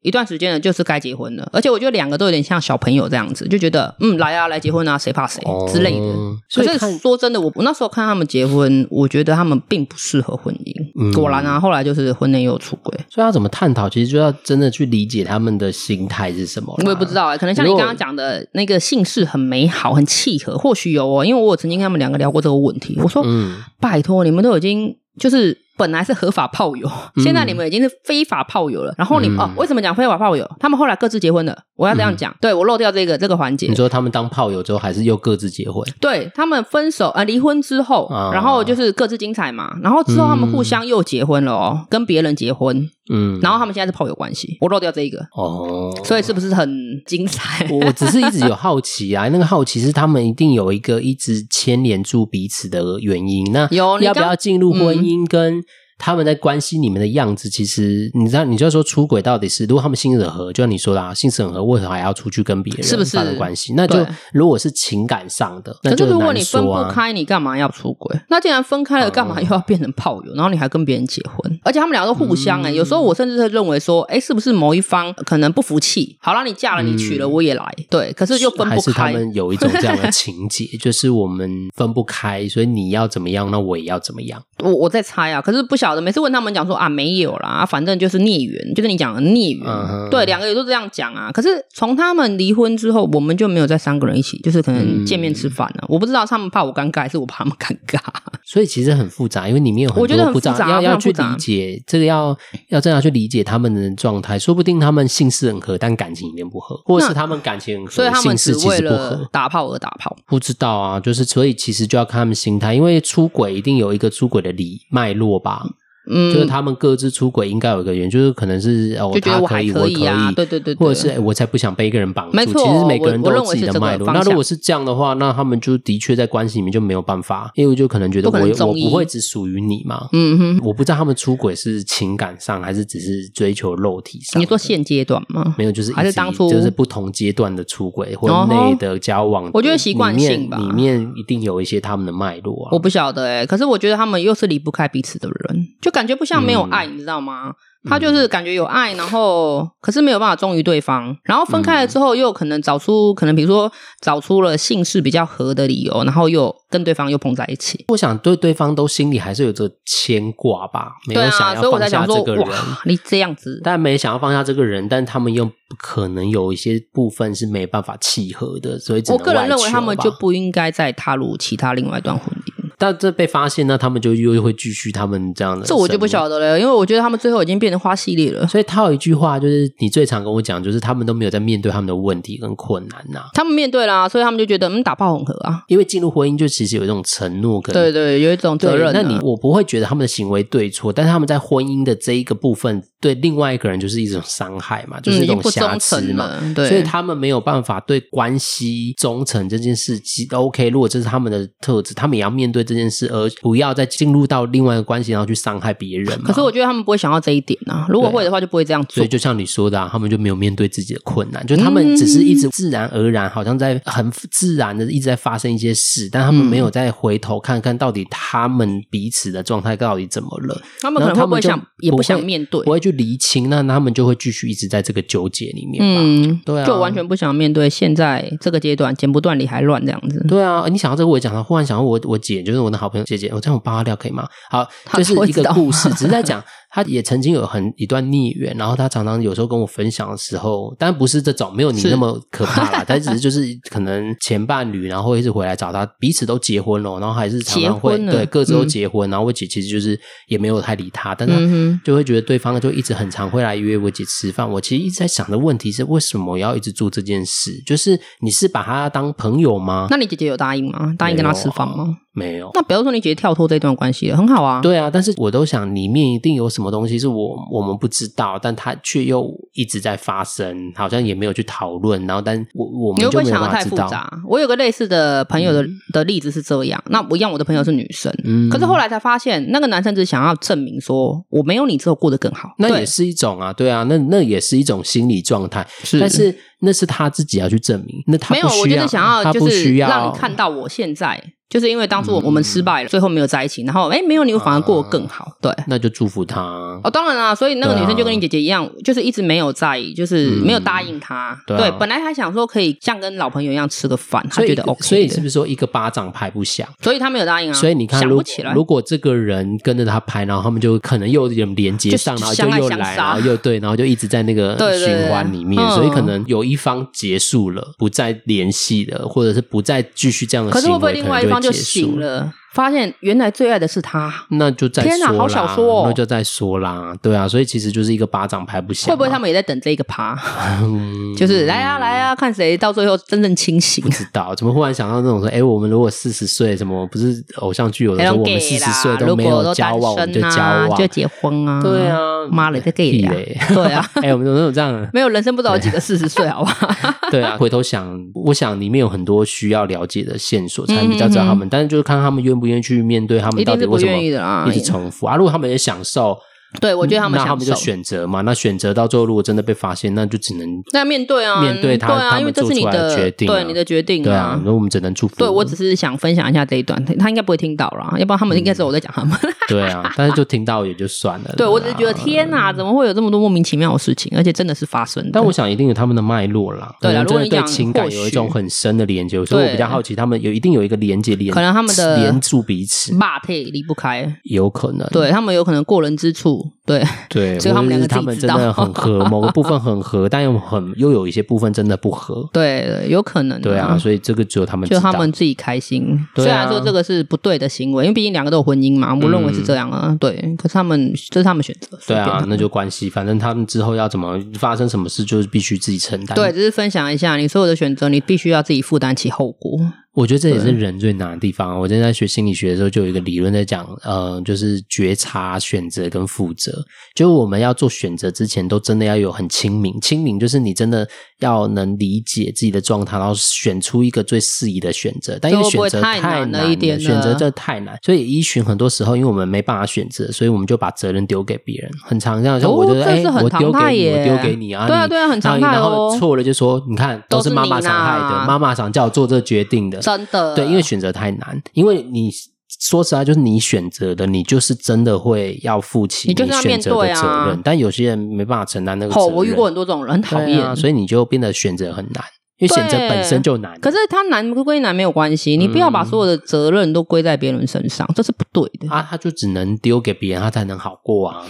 [SPEAKER 2] 一段时间了，就是该结婚了。而且我觉得两个都有点像小朋友这样子，就觉得，嗯，来啊，来结婚啊，谁怕谁、
[SPEAKER 1] 哦
[SPEAKER 2] 之类的。
[SPEAKER 1] 所
[SPEAKER 2] 可
[SPEAKER 1] 以
[SPEAKER 2] 是
[SPEAKER 1] 看
[SPEAKER 2] 说真的，我我那时候看他们结婚，我觉得他们并不适合婚姻。
[SPEAKER 1] 嗯
[SPEAKER 2] 果然啊，后来就是婚内又有出轨，
[SPEAKER 1] 所以要怎么探讨，其实就要真的去理解他们的心态是什么啦。
[SPEAKER 2] 我也不知道、欸，可能像你
[SPEAKER 1] 如果
[SPEAKER 2] 刚刚讲的那个姓氏很美好，很契合，或许有哦，因为我有曾经跟他们两个聊过这个问题，我说，
[SPEAKER 1] 嗯
[SPEAKER 2] 拜托，你们都已经就是本来是合法炮友，现在你们已经是非法炮友了。然后你、
[SPEAKER 1] 嗯
[SPEAKER 2] 哦，为什么讲非法炮友？他们后来各自结婚了。我要这样讲，对我漏掉这个这个环节
[SPEAKER 1] 你。说他们当炮友之后，还是又各自结婚？
[SPEAKER 2] 对他们分手啊、呃离婚之后，
[SPEAKER 1] 啊
[SPEAKER 2] 然后就是各自精彩嘛。然后之后他们
[SPEAKER 1] 嗯
[SPEAKER 2] 互相又结婚了哦，跟别人结婚，
[SPEAKER 1] 嗯，
[SPEAKER 2] 然后他们现在是炮友关系。我漏掉这一个，
[SPEAKER 1] 哦，
[SPEAKER 2] 所以是不是很精彩？
[SPEAKER 1] 我我只是一直有好奇啊，那个好奇是他们一定有一个一直牵连住彼此的原因。那
[SPEAKER 2] 有你
[SPEAKER 1] 要不
[SPEAKER 2] 刚嗯
[SPEAKER 1] 要进入婚姻，跟他们在关系里面的样子，其实你知道，你就说出轨到底是，如果他们性格合，就像你说的、啊，性格合，为什么还要出去跟别人
[SPEAKER 2] 是不是
[SPEAKER 1] 发生关系？那就
[SPEAKER 2] 对
[SPEAKER 1] 如果是情感上的，那
[SPEAKER 2] 可
[SPEAKER 1] 就是很
[SPEAKER 2] 如果
[SPEAKER 1] 难
[SPEAKER 2] 你分
[SPEAKER 1] 说
[SPEAKER 2] 不
[SPEAKER 1] 啊。哦
[SPEAKER 2] 开，你干嘛要出轨？那既然分开了，干嘛又要变成炮友？然后你还跟别人结婚，而且他们两个都互相哎、欸有时候
[SPEAKER 1] 嗯
[SPEAKER 2] 我甚至会认为说，哎、是不是某一方可能不服气？好了，你嫁了，你娶了，我也来，对，可是又分
[SPEAKER 1] 嗯还
[SPEAKER 2] 不
[SPEAKER 1] 是他
[SPEAKER 2] 开。
[SPEAKER 1] 们有一种这 样的情节，就是我们分不开，所以你要怎么样，那我也要怎么样。
[SPEAKER 2] 我我在猜啊，可是不晓得，每次问他们讲说啊没有啦，啊反正就是孽缘，就是你讲的孽缘。
[SPEAKER 1] 嗯哼
[SPEAKER 2] 对，两个也都这样讲啊。可是从他们离婚之后，我们就没有再三个人一起，就是可
[SPEAKER 1] 嗯
[SPEAKER 2] 能见面吃饭了、我不知道他们怕我尴尬，还是我怕他们尴尬。
[SPEAKER 1] 所以其实很复杂，因为里面有
[SPEAKER 2] 我觉得
[SPEAKER 1] 多
[SPEAKER 2] 很
[SPEAKER 1] 不知道
[SPEAKER 2] 复杂
[SPEAKER 1] 要
[SPEAKER 2] 非常
[SPEAKER 1] 要去
[SPEAKER 2] 复杂
[SPEAKER 1] 理解这个要，要真的要去理解他们的状态，说不定他们性事很合，但感情有点不合，或者是他们感情很合，
[SPEAKER 2] 所以他们
[SPEAKER 1] 性
[SPEAKER 2] 只
[SPEAKER 1] 事其
[SPEAKER 2] 为
[SPEAKER 1] 实不
[SPEAKER 2] 了
[SPEAKER 1] 合。
[SPEAKER 2] 打炮而打炮。
[SPEAKER 1] 不知道啊，就是所以其实就要看他们心态，因为出轨一定有一个出轨的理脉络吧，
[SPEAKER 2] 嗯，
[SPEAKER 1] 就是他们各自出轨应该有一个原因，就是可能是哦
[SPEAKER 2] 就，觉
[SPEAKER 1] 他
[SPEAKER 2] 得我
[SPEAKER 1] 可
[SPEAKER 2] 还
[SPEAKER 1] 以，
[SPEAKER 2] 可
[SPEAKER 1] 我
[SPEAKER 2] 以啊，对对对对，
[SPEAKER 1] 或者是、哎我才不想被一个人绑住。
[SPEAKER 2] 没错
[SPEAKER 1] 其实每个人都
[SPEAKER 2] 我
[SPEAKER 1] 有
[SPEAKER 2] 我认为
[SPEAKER 1] 自己
[SPEAKER 2] 是
[SPEAKER 1] 的
[SPEAKER 2] 这个
[SPEAKER 1] 脉络。
[SPEAKER 2] 方
[SPEAKER 1] 那
[SPEAKER 2] 向
[SPEAKER 1] 如果是这样的话，那他们就的确在关系里面就没有办法，因为就可能觉得
[SPEAKER 2] 不可能
[SPEAKER 1] 我我
[SPEAKER 2] 中医
[SPEAKER 1] 不会只属于你嘛。
[SPEAKER 2] 嗯哼，
[SPEAKER 1] 我不知道他们出轨是情感上还是只是追求肉体上的。
[SPEAKER 2] 你说现阶段吗？
[SPEAKER 1] 没有，就是一
[SPEAKER 2] 还是
[SPEAKER 1] 直
[SPEAKER 2] 当初
[SPEAKER 1] 就是不同阶段的出轨婚
[SPEAKER 2] 哦吼
[SPEAKER 1] 内的交往，
[SPEAKER 2] 我觉得习惯性吧
[SPEAKER 1] 里面里面一定有一些他们的脉络啊。
[SPEAKER 2] 我不晓得哎、可是我觉得他们又是离不开彼此的人，就感觉不像没
[SPEAKER 1] 嗯
[SPEAKER 2] 有爱，你知道吗？他就是感觉有爱，然后可是没有办法忠于对方，然后分开
[SPEAKER 1] 嗯
[SPEAKER 2] 了之后又可能找出可能比如说找出了姓氏比较合的理由，然后又跟对方又碰在一起。
[SPEAKER 1] 我想对对方都心里还是有着牵挂吧，没
[SPEAKER 2] 对
[SPEAKER 1] 有
[SPEAKER 2] 啊
[SPEAKER 1] 想，
[SPEAKER 2] 所以
[SPEAKER 1] 要
[SPEAKER 2] 我
[SPEAKER 1] 放
[SPEAKER 2] 才
[SPEAKER 1] 下
[SPEAKER 2] 想说
[SPEAKER 1] 这，个人。
[SPEAKER 2] 哇，你这样子，
[SPEAKER 1] 但没想要放下这个人，但他们又不可能有一些部分是没办法契合的，所以只
[SPEAKER 2] 我
[SPEAKER 1] 能
[SPEAKER 2] 个人认为
[SPEAKER 1] 外求
[SPEAKER 2] 他们就
[SPEAKER 1] 吧，
[SPEAKER 2] 不应该再踏入其他另外一段婚姻。
[SPEAKER 1] 但这被发现呢，他们就又会继续他们这样的，
[SPEAKER 2] 这我就不。晓得了，因为我觉得他们最后已经变成花系列了。
[SPEAKER 1] 所以套一句话，就是你最常跟我讲，就是他们都没有在面对他们的问题跟困难呐、
[SPEAKER 2] 他们面对啦，所以他们就觉得嗯，打炮很合啊，
[SPEAKER 1] 因为进入婚姻就其实有一种承诺跟
[SPEAKER 2] 对对，有一种
[SPEAKER 1] 对
[SPEAKER 2] 责任啊、
[SPEAKER 1] 那你我不会觉得他们的行为对错，但是他们在婚姻的这一个部分对另外一个人就是一种伤害嘛，就是
[SPEAKER 2] 嗯
[SPEAKER 1] 一
[SPEAKER 2] 已经
[SPEAKER 1] 种
[SPEAKER 2] 不
[SPEAKER 1] 瑕
[SPEAKER 2] 忠
[SPEAKER 1] 疵
[SPEAKER 2] 诚
[SPEAKER 1] 嘛。
[SPEAKER 2] 了，对，
[SPEAKER 1] 所以他们没有办法对关系忠诚这件事情 OK。如果这是他们的特质，他们也要面对这件事，而不要再进入到另外一个关系，然后去伤害别人嘛。
[SPEAKER 2] 可是我觉得他们不会想到这一点啊，如果
[SPEAKER 1] 对啊
[SPEAKER 2] 会的话就不会这样
[SPEAKER 1] 所
[SPEAKER 2] 做
[SPEAKER 1] 以。就像你说的、啊，他们就没有面对自己的困
[SPEAKER 2] 嗯
[SPEAKER 1] 难，就他们只是一直自然而然，好像在很自然的一直在发生一些事，但他们没有再回头看看到底他们彼此的状态到底怎么了。
[SPEAKER 2] 他
[SPEAKER 1] 然
[SPEAKER 2] 们可
[SPEAKER 1] 后
[SPEAKER 2] 能会
[SPEAKER 1] 他
[SPEAKER 2] 不会
[SPEAKER 1] 们就
[SPEAKER 2] 想，也
[SPEAKER 1] 不
[SPEAKER 2] 不
[SPEAKER 1] 会
[SPEAKER 2] 想面嗯对
[SPEAKER 1] 不，会去厘清，那他们就会继续一直在这个纠结里面吧。
[SPEAKER 2] 嗯，
[SPEAKER 1] 对啊
[SPEAKER 2] 就完全不想面对现在这个阶段，剪不断理还乱这样子。
[SPEAKER 1] 对啊，你想到这个，我也讲到，忽然想到我我姐，就是我的好朋友姐姐，我这样我爆她料可以吗？好，
[SPEAKER 2] 她
[SPEAKER 1] 就是一个
[SPEAKER 2] 她会知道
[SPEAKER 1] 故事，只是在讲，她也曾经有很一段孽缘，然后她常常有时候跟我分享的时候，当然不是这种没有你
[SPEAKER 2] 是
[SPEAKER 1] 那么可怕 啦，但只是就是可能前伴侣，然后一直回来找她，彼此都结婚了，然后还是常常会
[SPEAKER 2] 结婚了
[SPEAKER 1] 对各自都
[SPEAKER 2] 嗯
[SPEAKER 1] 结婚，然后我姐其实就是也没有太理她，但她
[SPEAKER 2] 嗯哼，
[SPEAKER 1] 就会觉得对方就一直很常会来约我姐吃饭。我其实一直在想的问题是，为什么要一直做这件事？就是你是把她当朋友吗？
[SPEAKER 2] 那你姐姐有答应吗？答
[SPEAKER 1] 啊
[SPEAKER 2] 应跟他吃饭吗？
[SPEAKER 1] 没有。
[SPEAKER 2] 那比如说你姐姐跳脱这段关系了，很好啊。
[SPEAKER 1] 对啊，但是我都想里面一定有什么东西是我我们不知道，但它却又一直在发生，好像也没有去讨论，然后但我我
[SPEAKER 2] 你
[SPEAKER 1] 们就
[SPEAKER 2] 会不会
[SPEAKER 1] 没有
[SPEAKER 2] 想的
[SPEAKER 1] 办法
[SPEAKER 2] 太
[SPEAKER 1] 知
[SPEAKER 2] 复
[SPEAKER 1] 道。
[SPEAKER 2] 杂？我有个类似的朋友的、的例子是这样，那我一样，我的朋友是女生，
[SPEAKER 1] 嗯
[SPEAKER 2] 可是后来才发现，那个男生只想要证明说我没有你之后过得更好，
[SPEAKER 1] 那
[SPEAKER 2] 对
[SPEAKER 1] 也是一种啊，对啊，那那也是一种心理状态，
[SPEAKER 2] 是
[SPEAKER 1] 但是那是他自己要去证明，那他
[SPEAKER 2] 没有，
[SPEAKER 1] 不需
[SPEAKER 2] 我就是想要
[SPEAKER 1] 他
[SPEAKER 2] 就
[SPEAKER 1] 不
[SPEAKER 2] 是
[SPEAKER 1] 需要
[SPEAKER 2] 让你看到我现在，就是因为当初我我们失
[SPEAKER 1] 嗯
[SPEAKER 2] 败了，最后没有在一起，然后哎没有你，我反而过得更好，对。
[SPEAKER 1] 那就祝福他
[SPEAKER 2] 哦，当然啦，所以那个
[SPEAKER 1] 对啊
[SPEAKER 2] 女生就跟你姐姐一样，就是一直没有在意，就是没有答应他。
[SPEAKER 1] 啊对啊
[SPEAKER 2] 对，本来她想说可以像跟老朋友一样吃个饭，她
[SPEAKER 1] 所以
[SPEAKER 2] 觉得 OK 的
[SPEAKER 1] 所以是不是说一个巴掌拍不响？
[SPEAKER 2] 所以她没有答应啊。
[SPEAKER 1] 所以你看，
[SPEAKER 2] 想
[SPEAKER 1] 如
[SPEAKER 2] 不
[SPEAKER 1] 果
[SPEAKER 2] 起来，
[SPEAKER 1] 如果这个人跟着他拍，然后他们就可能又有点连接
[SPEAKER 2] 就
[SPEAKER 1] 上，然后就
[SPEAKER 2] 相爱
[SPEAKER 1] 又
[SPEAKER 2] 相
[SPEAKER 1] 来，
[SPEAKER 2] 杀
[SPEAKER 1] 然后又对，然后就一直在那个
[SPEAKER 2] 对对
[SPEAKER 1] 循
[SPEAKER 2] 对
[SPEAKER 1] 环里面，
[SPEAKER 2] 嗯
[SPEAKER 1] 所以可能有一方结束了，不再联系了，或者是不再继续这样的
[SPEAKER 2] 可是
[SPEAKER 1] 行
[SPEAKER 2] 会
[SPEAKER 1] 为，
[SPEAKER 2] 不会另外一方
[SPEAKER 1] 可能
[SPEAKER 2] 就
[SPEAKER 1] 会结束
[SPEAKER 2] 醒？了，发现原来最爱的是他？
[SPEAKER 1] 那就再
[SPEAKER 2] 天
[SPEAKER 1] 说
[SPEAKER 2] 哪
[SPEAKER 1] 啦，
[SPEAKER 2] 好小说哦
[SPEAKER 1] 那就再说啦，对啊，所以其实就是一个巴掌拍不响嘛，嗯
[SPEAKER 2] 会不会他们也在等这一个趴？就是来啊来啊，看谁到最后真正清醒
[SPEAKER 1] 不。知道，怎么忽然想到那种说，哎，我们如果四十岁，什么不是偶像剧有的时候我们四
[SPEAKER 2] gay
[SPEAKER 1] 十岁
[SPEAKER 2] 哎啦，如
[SPEAKER 1] 没
[SPEAKER 2] 果
[SPEAKER 1] 有
[SPEAKER 2] 都
[SPEAKER 1] 交
[SPEAKER 2] 单
[SPEAKER 1] 往，我们就
[SPEAKER 2] 身
[SPEAKER 1] 交
[SPEAKER 2] 啊，
[SPEAKER 1] 往，
[SPEAKER 2] 就结婚啊。
[SPEAKER 1] 对啊
[SPEAKER 2] 妈了，这 gay
[SPEAKER 1] 屁
[SPEAKER 2] 呀
[SPEAKER 1] 嘞，
[SPEAKER 2] 对啊，
[SPEAKER 1] 哎，我们怎么有这样的？
[SPEAKER 2] 没有人生不知道有几个四 十岁，好不好？
[SPEAKER 1] 对啊，回头想，我想里面有很多需要了解的线索，才能比较知道他
[SPEAKER 2] 嗯
[SPEAKER 1] 们。但是就是看他们愿不愿意去面对他们
[SPEAKER 2] 一
[SPEAKER 1] 到
[SPEAKER 2] 定
[SPEAKER 1] 底
[SPEAKER 2] 是
[SPEAKER 1] 为
[SPEAKER 2] 不
[SPEAKER 1] 什
[SPEAKER 2] 愿意
[SPEAKER 1] 么
[SPEAKER 2] 的啦
[SPEAKER 1] 啊一直。重复啊。如果他们也享受，
[SPEAKER 2] 对，我觉得他们
[SPEAKER 1] 那他
[SPEAKER 2] 想
[SPEAKER 1] 们就
[SPEAKER 2] 熟。
[SPEAKER 1] 选择嘛，那选择到最后如果真的被发现，那就只能
[SPEAKER 2] 那面对啊，
[SPEAKER 1] 面对他他
[SPEAKER 2] 对啊，
[SPEAKER 1] 们
[SPEAKER 2] 因为这是你
[SPEAKER 1] 做出来
[SPEAKER 2] 的
[SPEAKER 1] 的决定啊
[SPEAKER 2] 对你的决定
[SPEAKER 1] 对啊，那我们只能祝福。
[SPEAKER 2] 对，我只是想分享一下这一段，他他应该不会听到啦，要不然他们应该知道我在讲他们。
[SPEAKER 1] 对嗯啊，但是就听到也就算了。
[SPEAKER 2] 对我只是觉得
[SPEAKER 1] 啊，
[SPEAKER 2] 天哪，怎么会有这么多莫名其妙的事情？而且真的是发生的。
[SPEAKER 1] 但我想一定有他们的脉络啦。
[SPEAKER 2] 对
[SPEAKER 1] 可能真的
[SPEAKER 2] 啦如果你
[SPEAKER 1] 对
[SPEAKER 2] 讲
[SPEAKER 1] 情感有一种
[SPEAKER 2] 或许
[SPEAKER 1] 很深的连接，所以我
[SPEAKER 2] 对
[SPEAKER 1] 比较好奇，他们有一定有一个连接，连
[SPEAKER 2] 可能他们的
[SPEAKER 1] 连住彼此，
[SPEAKER 2] 骂他也离不开，
[SPEAKER 1] 有可能。
[SPEAKER 2] 对他们有可能过人之处，对
[SPEAKER 1] 对，
[SPEAKER 2] 只有他们
[SPEAKER 1] 或者是
[SPEAKER 2] 两个自己
[SPEAKER 1] 他们
[SPEAKER 2] 知
[SPEAKER 1] 真
[SPEAKER 2] 道
[SPEAKER 1] 的很 合，某个部分很合，但又很又有一些部分真的不合。
[SPEAKER 2] 对，有可能、
[SPEAKER 1] 对啊，所以这个只有他们知
[SPEAKER 2] 就
[SPEAKER 1] 道。
[SPEAKER 2] 嗯他们自己开心。
[SPEAKER 1] 对啊嗯
[SPEAKER 2] 虽然说这个是不对的行为，因为毕竟两个都有婚姻嘛，我认为是这样啊。对，可是他们这是他们选择。
[SPEAKER 1] 对
[SPEAKER 2] 随便
[SPEAKER 1] 啊
[SPEAKER 2] 他，们
[SPEAKER 1] 那就关系，反正他们之后要怎么发生什么事，就是必须自己承担。
[SPEAKER 2] 对，，只是分享一下，你所有的选择，你必须要自己负担起后果。
[SPEAKER 1] 我觉得这也是人最难的地方。啊我之前在学心理学的时候，就有一个理论在讲，呃，就是觉察、选择跟负责。就我们要做选择之前，都真的要有很清明。清明就是你真的要能理解自己的状态，然后选出一个最适宜的选择。但因为
[SPEAKER 2] 这会不
[SPEAKER 1] 选
[SPEAKER 2] 会
[SPEAKER 1] 择
[SPEAKER 2] 太难
[SPEAKER 1] 难
[SPEAKER 2] 了一点呢
[SPEAKER 1] 选择这太难，所以依循很多时候，因为我们没办法选择，所以我们就把责任丢给别人。很常这样说，
[SPEAKER 2] 哦
[SPEAKER 1] 我就说
[SPEAKER 2] 这
[SPEAKER 1] 哎、
[SPEAKER 2] 是很
[SPEAKER 1] 我丢
[SPEAKER 2] 常态
[SPEAKER 1] 给你，我
[SPEAKER 2] 耶
[SPEAKER 1] 丢给你啊，
[SPEAKER 2] 对啊
[SPEAKER 1] 你
[SPEAKER 2] 对啊很常
[SPEAKER 1] 然后
[SPEAKER 2] 态
[SPEAKER 1] 然后
[SPEAKER 2] 哦
[SPEAKER 1] 错了就说，你看都
[SPEAKER 2] 都
[SPEAKER 1] 是
[SPEAKER 2] 是
[SPEAKER 1] 妈
[SPEAKER 2] 你
[SPEAKER 1] 妈伤害的，
[SPEAKER 2] 啦
[SPEAKER 1] 妈妈想叫我做这个决定的，
[SPEAKER 2] 真的，
[SPEAKER 1] 对，因为选择太难，因为你说实在，就是你选择的，你就是真的会要负起
[SPEAKER 2] 你就是要
[SPEAKER 1] 选择
[SPEAKER 2] 面对
[SPEAKER 1] 的
[SPEAKER 2] 啊
[SPEAKER 1] 责任，但有些人没办法承担那个责
[SPEAKER 2] 哦，
[SPEAKER 1] 任。
[SPEAKER 2] 我遇过很多这种人，很讨
[SPEAKER 1] 对
[SPEAKER 2] 厌。
[SPEAKER 1] 啊，所以你就变得选择很难，因为选择本身就难。
[SPEAKER 2] 可是他难归难没有关系，你不要把所有的责任都归在别人身上，这是不对的
[SPEAKER 1] 嗯
[SPEAKER 2] 啊
[SPEAKER 1] 啊，他就只能丢给别人，他才能好过啊。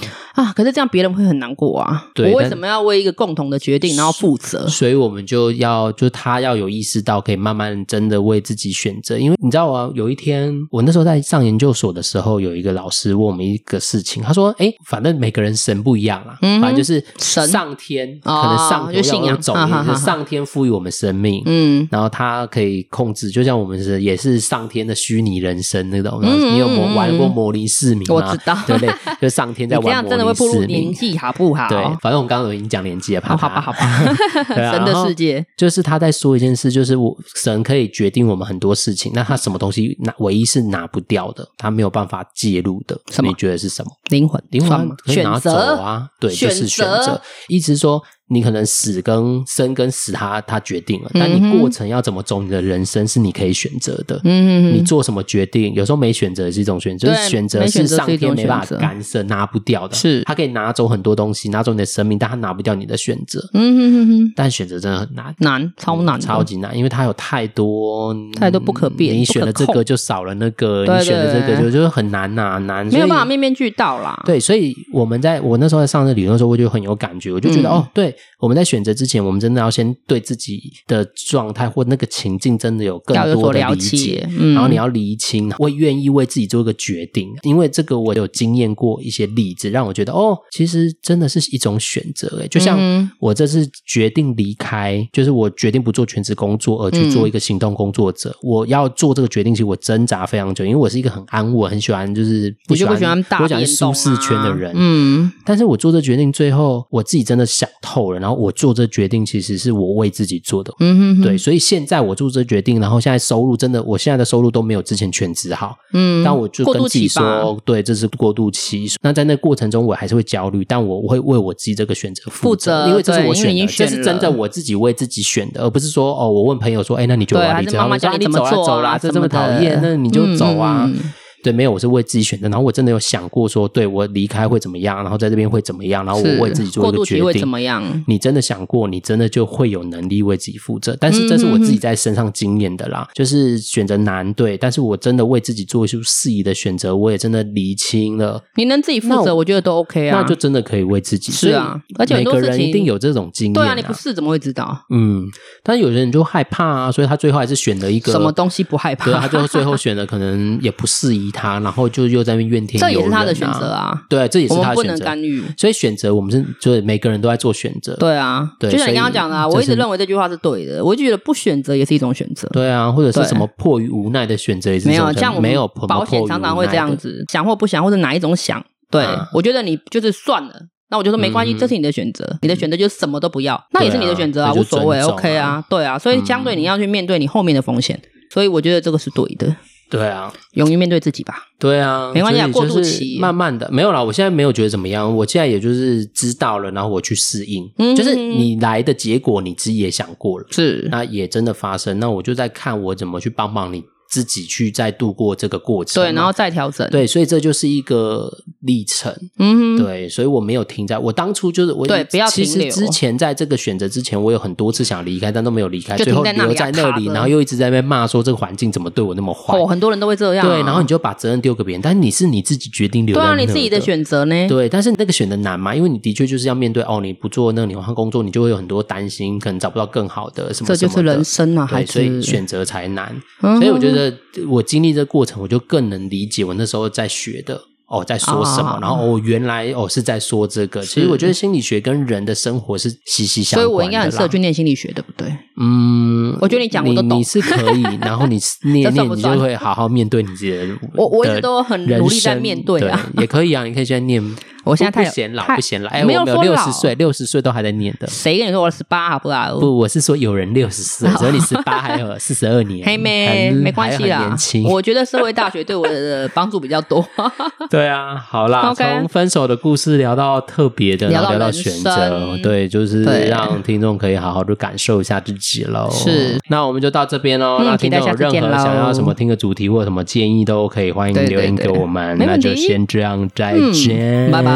[SPEAKER 2] 可是这样别人会很难过啊。
[SPEAKER 1] 对
[SPEAKER 2] 我为
[SPEAKER 1] 但
[SPEAKER 2] 什么要为一个共同的决定然后负责？
[SPEAKER 1] 所以我们就要，就他要有意识到，可以慢慢真的为自己选择。因为你知道啊，有一天我那时候在上研究所的时候，有一个老师问我们一个事情，他说：“哎，反正每个人神不一样啦，
[SPEAKER 2] 嗯哼
[SPEAKER 1] 反正就是
[SPEAKER 2] 神
[SPEAKER 1] 上天
[SPEAKER 2] 哦
[SPEAKER 1] 可能上
[SPEAKER 2] 就信仰
[SPEAKER 1] 有种，
[SPEAKER 2] 哈哈哈
[SPEAKER 1] 就是上天赋予我们生命。”
[SPEAKER 2] 嗯，
[SPEAKER 1] 然后他可以控制，就像我们是也是上天的虚拟人生那种。然后你有
[SPEAKER 2] 嗯嗯
[SPEAKER 1] 玩
[SPEAKER 2] 嗯
[SPEAKER 1] 玩过《魔力市民》吗？
[SPEAKER 2] 我知道
[SPEAKER 1] 对不对？就上天
[SPEAKER 2] 你
[SPEAKER 1] 在
[SPEAKER 2] 这
[SPEAKER 1] 玩
[SPEAKER 2] 样
[SPEAKER 1] 《
[SPEAKER 2] 真
[SPEAKER 1] 魔
[SPEAKER 2] 的会
[SPEAKER 1] 力
[SPEAKER 2] 步入
[SPEAKER 1] 市
[SPEAKER 2] 年
[SPEAKER 1] 民》。
[SPEAKER 2] 纪，好不好？
[SPEAKER 1] 对，反正我们刚刚已经讲年纪了，怕
[SPEAKER 2] 哦好吧，
[SPEAKER 1] 他
[SPEAKER 2] 好吧，
[SPEAKER 1] 对啊
[SPEAKER 2] 神的世。
[SPEAKER 1] 然
[SPEAKER 2] 界
[SPEAKER 1] 后，就是他在说一件事，就是我神可以决定我们很多事情，那他什么东西拿唯一是拿不掉的，他没有办法介入的，
[SPEAKER 2] 什么
[SPEAKER 1] 你觉得是什么？
[SPEAKER 2] 灵魂，
[SPEAKER 1] 灵
[SPEAKER 2] 算
[SPEAKER 1] 魂
[SPEAKER 2] 吗
[SPEAKER 1] 可以拿
[SPEAKER 2] 选
[SPEAKER 1] 走
[SPEAKER 2] 择，
[SPEAKER 1] 啊，对，就是选
[SPEAKER 2] 选择
[SPEAKER 1] 择。意思说，你可能死跟生跟死他，他决定了，但
[SPEAKER 2] 嗯
[SPEAKER 1] 你
[SPEAKER 2] 哼
[SPEAKER 1] 过程要怎么走，你的人生是你可以选择的。
[SPEAKER 2] 嗯
[SPEAKER 1] 你，做什么决定，有时候没选择也是一种选择，就
[SPEAKER 2] 对
[SPEAKER 1] 是选择
[SPEAKER 2] 没
[SPEAKER 1] 是
[SPEAKER 2] 选择
[SPEAKER 1] 上
[SPEAKER 2] 是一种
[SPEAKER 1] 天没办法
[SPEAKER 2] 选择
[SPEAKER 1] 干涉、拿不掉的。
[SPEAKER 2] 是
[SPEAKER 1] 他可以拿走很多东西，拿走你的生命，但他拿不掉你的选择。
[SPEAKER 2] 嗯哼哼哼，
[SPEAKER 1] 但选择真的很难，
[SPEAKER 2] 难，超难
[SPEAKER 1] 嗯
[SPEAKER 2] 的，
[SPEAKER 1] 超级难，因为它有太多嗯
[SPEAKER 2] 太多不可变
[SPEAKER 1] 你选了这
[SPEAKER 2] 不可
[SPEAKER 1] 个
[SPEAKER 2] 控
[SPEAKER 1] 就少了那个，
[SPEAKER 2] 对
[SPEAKER 1] 你选了这个
[SPEAKER 2] 对
[SPEAKER 1] 就就是很难呐、难，
[SPEAKER 2] 没有
[SPEAKER 1] 所以
[SPEAKER 2] 办法面面俱到啦。
[SPEAKER 1] 对，所以我们在我那时候在上这理论的时候，我就很有感觉，我就觉得、
[SPEAKER 2] 嗯
[SPEAKER 1] 哦，对，我们在选择之前，我们真的要先对自己的状态或那个情境真的有更
[SPEAKER 2] 要有
[SPEAKER 1] 多
[SPEAKER 2] 所
[SPEAKER 1] 的
[SPEAKER 2] 了
[SPEAKER 1] 理解
[SPEAKER 2] 解，嗯
[SPEAKER 1] 然后你要厘清，会愿意为自己做一个决定，因为这个我有经验过一些例子，让我觉得哦，其实真的是一种选择，欸诶，就像
[SPEAKER 2] 嗯
[SPEAKER 1] 我这次决定离开，就是我决定不做全职工作，而
[SPEAKER 2] 嗯
[SPEAKER 1] 去做一个行动工作者。我要做这个决定，其实我挣扎非常久，因为我是一个很安稳、很喜欢就是不
[SPEAKER 2] 你
[SPEAKER 1] 喜
[SPEAKER 2] 就
[SPEAKER 1] 欢
[SPEAKER 2] 不喜欢大
[SPEAKER 1] 我喜欢
[SPEAKER 2] 变动
[SPEAKER 1] 舒
[SPEAKER 2] 啊
[SPEAKER 1] 适圈的人，
[SPEAKER 2] 嗯，
[SPEAKER 1] 但是我做这决定，最后我自己真的想透了，然后我做这决定其实是我为自己做的。
[SPEAKER 2] 嗯哼哼，
[SPEAKER 1] 对，，所以现在我做这决定，然后现在收入真的，我现在的收入都没有之前全职好，
[SPEAKER 2] 嗯，
[SPEAKER 1] 但我就
[SPEAKER 2] 过
[SPEAKER 1] 跟
[SPEAKER 2] 渡
[SPEAKER 1] 自己
[SPEAKER 2] 期吧，
[SPEAKER 1] 说，对，这是过渡期。那在那过程中，我还是会焦虑，但我我会为我自己这个选择负
[SPEAKER 2] 负责
[SPEAKER 1] 因为这是
[SPEAKER 2] 对
[SPEAKER 1] 我
[SPEAKER 2] 因为
[SPEAKER 1] 选
[SPEAKER 2] 已
[SPEAKER 1] 的，
[SPEAKER 2] 经
[SPEAKER 1] 这是
[SPEAKER 2] 选
[SPEAKER 1] 真的
[SPEAKER 2] 了
[SPEAKER 1] 我自己为自己选的，而不是说哦，我问朋友说，哎，那你觉得我
[SPEAKER 2] 对
[SPEAKER 1] 要
[SPEAKER 2] 还
[SPEAKER 1] 离
[SPEAKER 2] 是
[SPEAKER 1] 职？
[SPEAKER 2] 妈妈
[SPEAKER 1] 说
[SPEAKER 2] 叫
[SPEAKER 1] 啊
[SPEAKER 2] 你
[SPEAKER 1] 你
[SPEAKER 2] 怎么
[SPEAKER 1] 走啦
[SPEAKER 2] 做
[SPEAKER 1] 走
[SPEAKER 2] 啊
[SPEAKER 1] 啦，这
[SPEAKER 2] 什
[SPEAKER 1] 这么
[SPEAKER 2] 么
[SPEAKER 1] 讨
[SPEAKER 2] 的
[SPEAKER 1] 厌，那你就
[SPEAKER 2] 嗯
[SPEAKER 1] 走啊
[SPEAKER 2] 嗯嗯。
[SPEAKER 1] 对，没有，我是为自己选择。然后我真的有想过说，对我离开会怎么样，然后在这边会怎么样，然后
[SPEAKER 2] 是
[SPEAKER 1] 我为自己做
[SPEAKER 2] 过
[SPEAKER 1] 一个
[SPEAKER 2] 渡
[SPEAKER 1] 决
[SPEAKER 2] 期会
[SPEAKER 1] 定
[SPEAKER 2] 怎。么样？
[SPEAKER 1] 你真的想过，你真的就会有能力为自己负责。但是这是
[SPEAKER 2] 嗯
[SPEAKER 1] 我自己在身上经验的啦，就是选择难对，但是我真的为自己做出适宜的选择，我也真的厘清了，
[SPEAKER 2] 你能自己
[SPEAKER 1] 那
[SPEAKER 2] 负
[SPEAKER 1] 我
[SPEAKER 2] 责，我觉得都 OK 啊。
[SPEAKER 1] 那就真的可以为自己。
[SPEAKER 2] 是啊
[SPEAKER 1] 所以
[SPEAKER 2] 而且很
[SPEAKER 1] 每
[SPEAKER 2] 多
[SPEAKER 1] 个
[SPEAKER 2] 事
[SPEAKER 1] 人一
[SPEAKER 2] 情
[SPEAKER 1] 定有这种经验、
[SPEAKER 2] 对啊，你不试怎么会知道
[SPEAKER 1] 嗯，但有些人就害怕啊，所以他最后还是选了一个
[SPEAKER 2] 什么东西不害怕？
[SPEAKER 1] 对啊，他最后最后选的可能也不适宜他，然后就又在那边怨天尤
[SPEAKER 2] 这
[SPEAKER 1] 人、啊。
[SPEAKER 2] 也是他的选择，啊，
[SPEAKER 1] 对，这也是
[SPEAKER 2] 我
[SPEAKER 1] 他
[SPEAKER 2] 们
[SPEAKER 1] 的
[SPEAKER 2] 不
[SPEAKER 1] 选
[SPEAKER 2] 能
[SPEAKER 1] 择。
[SPEAKER 2] 干预。
[SPEAKER 1] 所以选择我们是，就是每个人都在做选择。
[SPEAKER 2] 对啊，
[SPEAKER 1] 对
[SPEAKER 2] 就像
[SPEAKER 1] 所
[SPEAKER 2] 你
[SPEAKER 1] 以
[SPEAKER 2] 刚刚讲的，啊，我一
[SPEAKER 1] 这
[SPEAKER 2] 直
[SPEAKER 1] 是
[SPEAKER 2] 认为这句话是对的，我就觉得不选择也是一种选择。
[SPEAKER 1] 对啊，或者是
[SPEAKER 2] 对
[SPEAKER 1] 什么迫于无奈的选择也是
[SPEAKER 2] 没有
[SPEAKER 1] 一种选择
[SPEAKER 2] 像我
[SPEAKER 1] 没
[SPEAKER 2] 们
[SPEAKER 1] 有迫
[SPEAKER 2] 保险常常会这样。子，想或不想，或者哪一种想。对
[SPEAKER 1] 啊，
[SPEAKER 2] 我觉得你就是算了。那我就说没关系，
[SPEAKER 1] 嗯
[SPEAKER 2] 这是你的选择，你的选择就是什么都不要，那也是你的选择啊，
[SPEAKER 1] 对啊
[SPEAKER 2] 无所谓
[SPEAKER 1] 那就尊重啊嗯
[SPEAKER 2] ，OK 啊，对啊，所以相对你要去面对你后面的风险，所以我觉得这个是对的，
[SPEAKER 1] 对啊，
[SPEAKER 2] 勇于面对自己吧。
[SPEAKER 1] 对啊，
[SPEAKER 2] 没关系啊
[SPEAKER 1] 所以
[SPEAKER 2] 过渡
[SPEAKER 1] 就是
[SPEAKER 2] 期
[SPEAKER 1] 慢慢的没有啦。我现在没有觉得怎么样，我现在也就是知道了，然后我去适应。
[SPEAKER 2] 嗯
[SPEAKER 1] 就是你来的结果，你自己也想过了，
[SPEAKER 2] 是，
[SPEAKER 1] 那也真的发生，那我就在看我怎么去帮忙你自己去再度过这个过程嘛。
[SPEAKER 2] 对，然后再调整。，
[SPEAKER 1] 对，所以这就是一个历程。
[SPEAKER 2] 嗯哼，
[SPEAKER 1] 对，所以我没有停在，我当初就是我
[SPEAKER 2] 对不要
[SPEAKER 1] 其
[SPEAKER 2] 停
[SPEAKER 1] 实
[SPEAKER 2] 留
[SPEAKER 1] 之前在这个选择之前，我有很多次想离开，但都没有离开，
[SPEAKER 2] 就
[SPEAKER 1] 最后
[SPEAKER 2] 停在那
[SPEAKER 1] 留
[SPEAKER 2] 里啊
[SPEAKER 1] 在那
[SPEAKER 2] 卡
[SPEAKER 1] 里，
[SPEAKER 2] 着
[SPEAKER 1] 然后又一直在那边骂说这个环境怎么对我那么坏。
[SPEAKER 2] 哦，很多人都会这样啊。
[SPEAKER 1] 对，然后你就把责任丢给别人，但你是你自己决定留在
[SPEAKER 2] 对
[SPEAKER 1] 那
[SPEAKER 2] 啊，你自己的。选择呢？
[SPEAKER 1] 对，但是那个选的难嘛，因为你的确就是要面对哦，你不做那个，你换工作，你就会有很多担心，可能找不到更好的什么
[SPEAKER 2] 这
[SPEAKER 1] 什
[SPEAKER 2] 就
[SPEAKER 1] 么的。
[SPEAKER 2] 是人生啊，孩
[SPEAKER 1] 对，
[SPEAKER 2] 子。
[SPEAKER 1] 所以选择才难。
[SPEAKER 2] 嗯哼，
[SPEAKER 1] 所以我觉得我经历这过程，我就更能理解我那时候在学的哦，在说什么，
[SPEAKER 2] 啊
[SPEAKER 1] 然后哦，原来哦是在说这个。其实我觉得心理学跟人的生活是息息相
[SPEAKER 2] 所以
[SPEAKER 1] 关的
[SPEAKER 2] 我应该很适合
[SPEAKER 1] 啦
[SPEAKER 2] 去念心理学，对不对？
[SPEAKER 1] 嗯，
[SPEAKER 2] 我觉得你讲我
[SPEAKER 1] 你
[SPEAKER 2] 都懂
[SPEAKER 1] 你是可 以，然后你
[SPEAKER 2] 这
[SPEAKER 1] 念
[SPEAKER 2] 算
[SPEAKER 1] 念，
[SPEAKER 2] 不
[SPEAKER 1] 你就
[SPEAKER 2] 算
[SPEAKER 1] 会好好面对你自己的。
[SPEAKER 2] 我我一直
[SPEAKER 1] 的
[SPEAKER 2] 都很
[SPEAKER 1] 人
[SPEAKER 2] 努力在
[SPEAKER 1] 生
[SPEAKER 2] 面对啊
[SPEAKER 1] 也可以啊，你可以现在念。
[SPEAKER 2] 我现在
[SPEAKER 1] 不
[SPEAKER 2] 太
[SPEAKER 1] 不嫌老，
[SPEAKER 2] 太
[SPEAKER 1] 不嫌老，哎，我没
[SPEAKER 2] 没有
[SPEAKER 1] 有
[SPEAKER 2] 说
[SPEAKER 1] 六
[SPEAKER 2] 老
[SPEAKER 1] 十岁，六十岁都还在念的。
[SPEAKER 2] 谁跟你说我十八好不好？
[SPEAKER 1] 不，我是说有人六十岁，所以你十八还有四十二 年，
[SPEAKER 2] 黑妹
[SPEAKER 1] 很
[SPEAKER 2] 没关系
[SPEAKER 1] 还很
[SPEAKER 2] 啦
[SPEAKER 1] 年轻。，
[SPEAKER 2] 我觉得社会大学对我的帮助比较多。
[SPEAKER 1] 对啊，好啦，
[SPEAKER 2] OK
[SPEAKER 1] 从分手的故事聊到特别的，
[SPEAKER 2] 聊
[SPEAKER 1] 然
[SPEAKER 2] 到
[SPEAKER 1] 后聊到
[SPEAKER 2] 人
[SPEAKER 1] 选择
[SPEAKER 2] 生，
[SPEAKER 1] 对，就是
[SPEAKER 2] 对
[SPEAKER 1] 让听众可以好好的感受一下自己喽。
[SPEAKER 2] 是，
[SPEAKER 1] 那我们就到这边喽。
[SPEAKER 2] 嗯
[SPEAKER 1] 那听众
[SPEAKER 2] 期待
[SPEAKER 1] 有
[SPEAKER 2] 下次
[SPEAKER 1] 任
[SPEAKER 2] 见
[SPEAKER 1] 何
[SPEAKER 2] 喽
[SPEAKER 1] 想要什么听的主题或者什么建议都可以，欢迎
[SPEAKER 2] 对对
[SPEAKER 1] 留言
[SPEAKER 2] 对
[SPEAKER 1] 给我们。
[SPEAKER 2] 没
[SPEAKER 1] 那
[SPEAKER 2] 问
[SPEAKER 1] 就
[SPEAKER 2] 题
[SPEAKER 1] 先这样，再
[SPEAKER 2] 嗯
[SPEAKER 1] 见，
[SPEAKER 2] 拜拜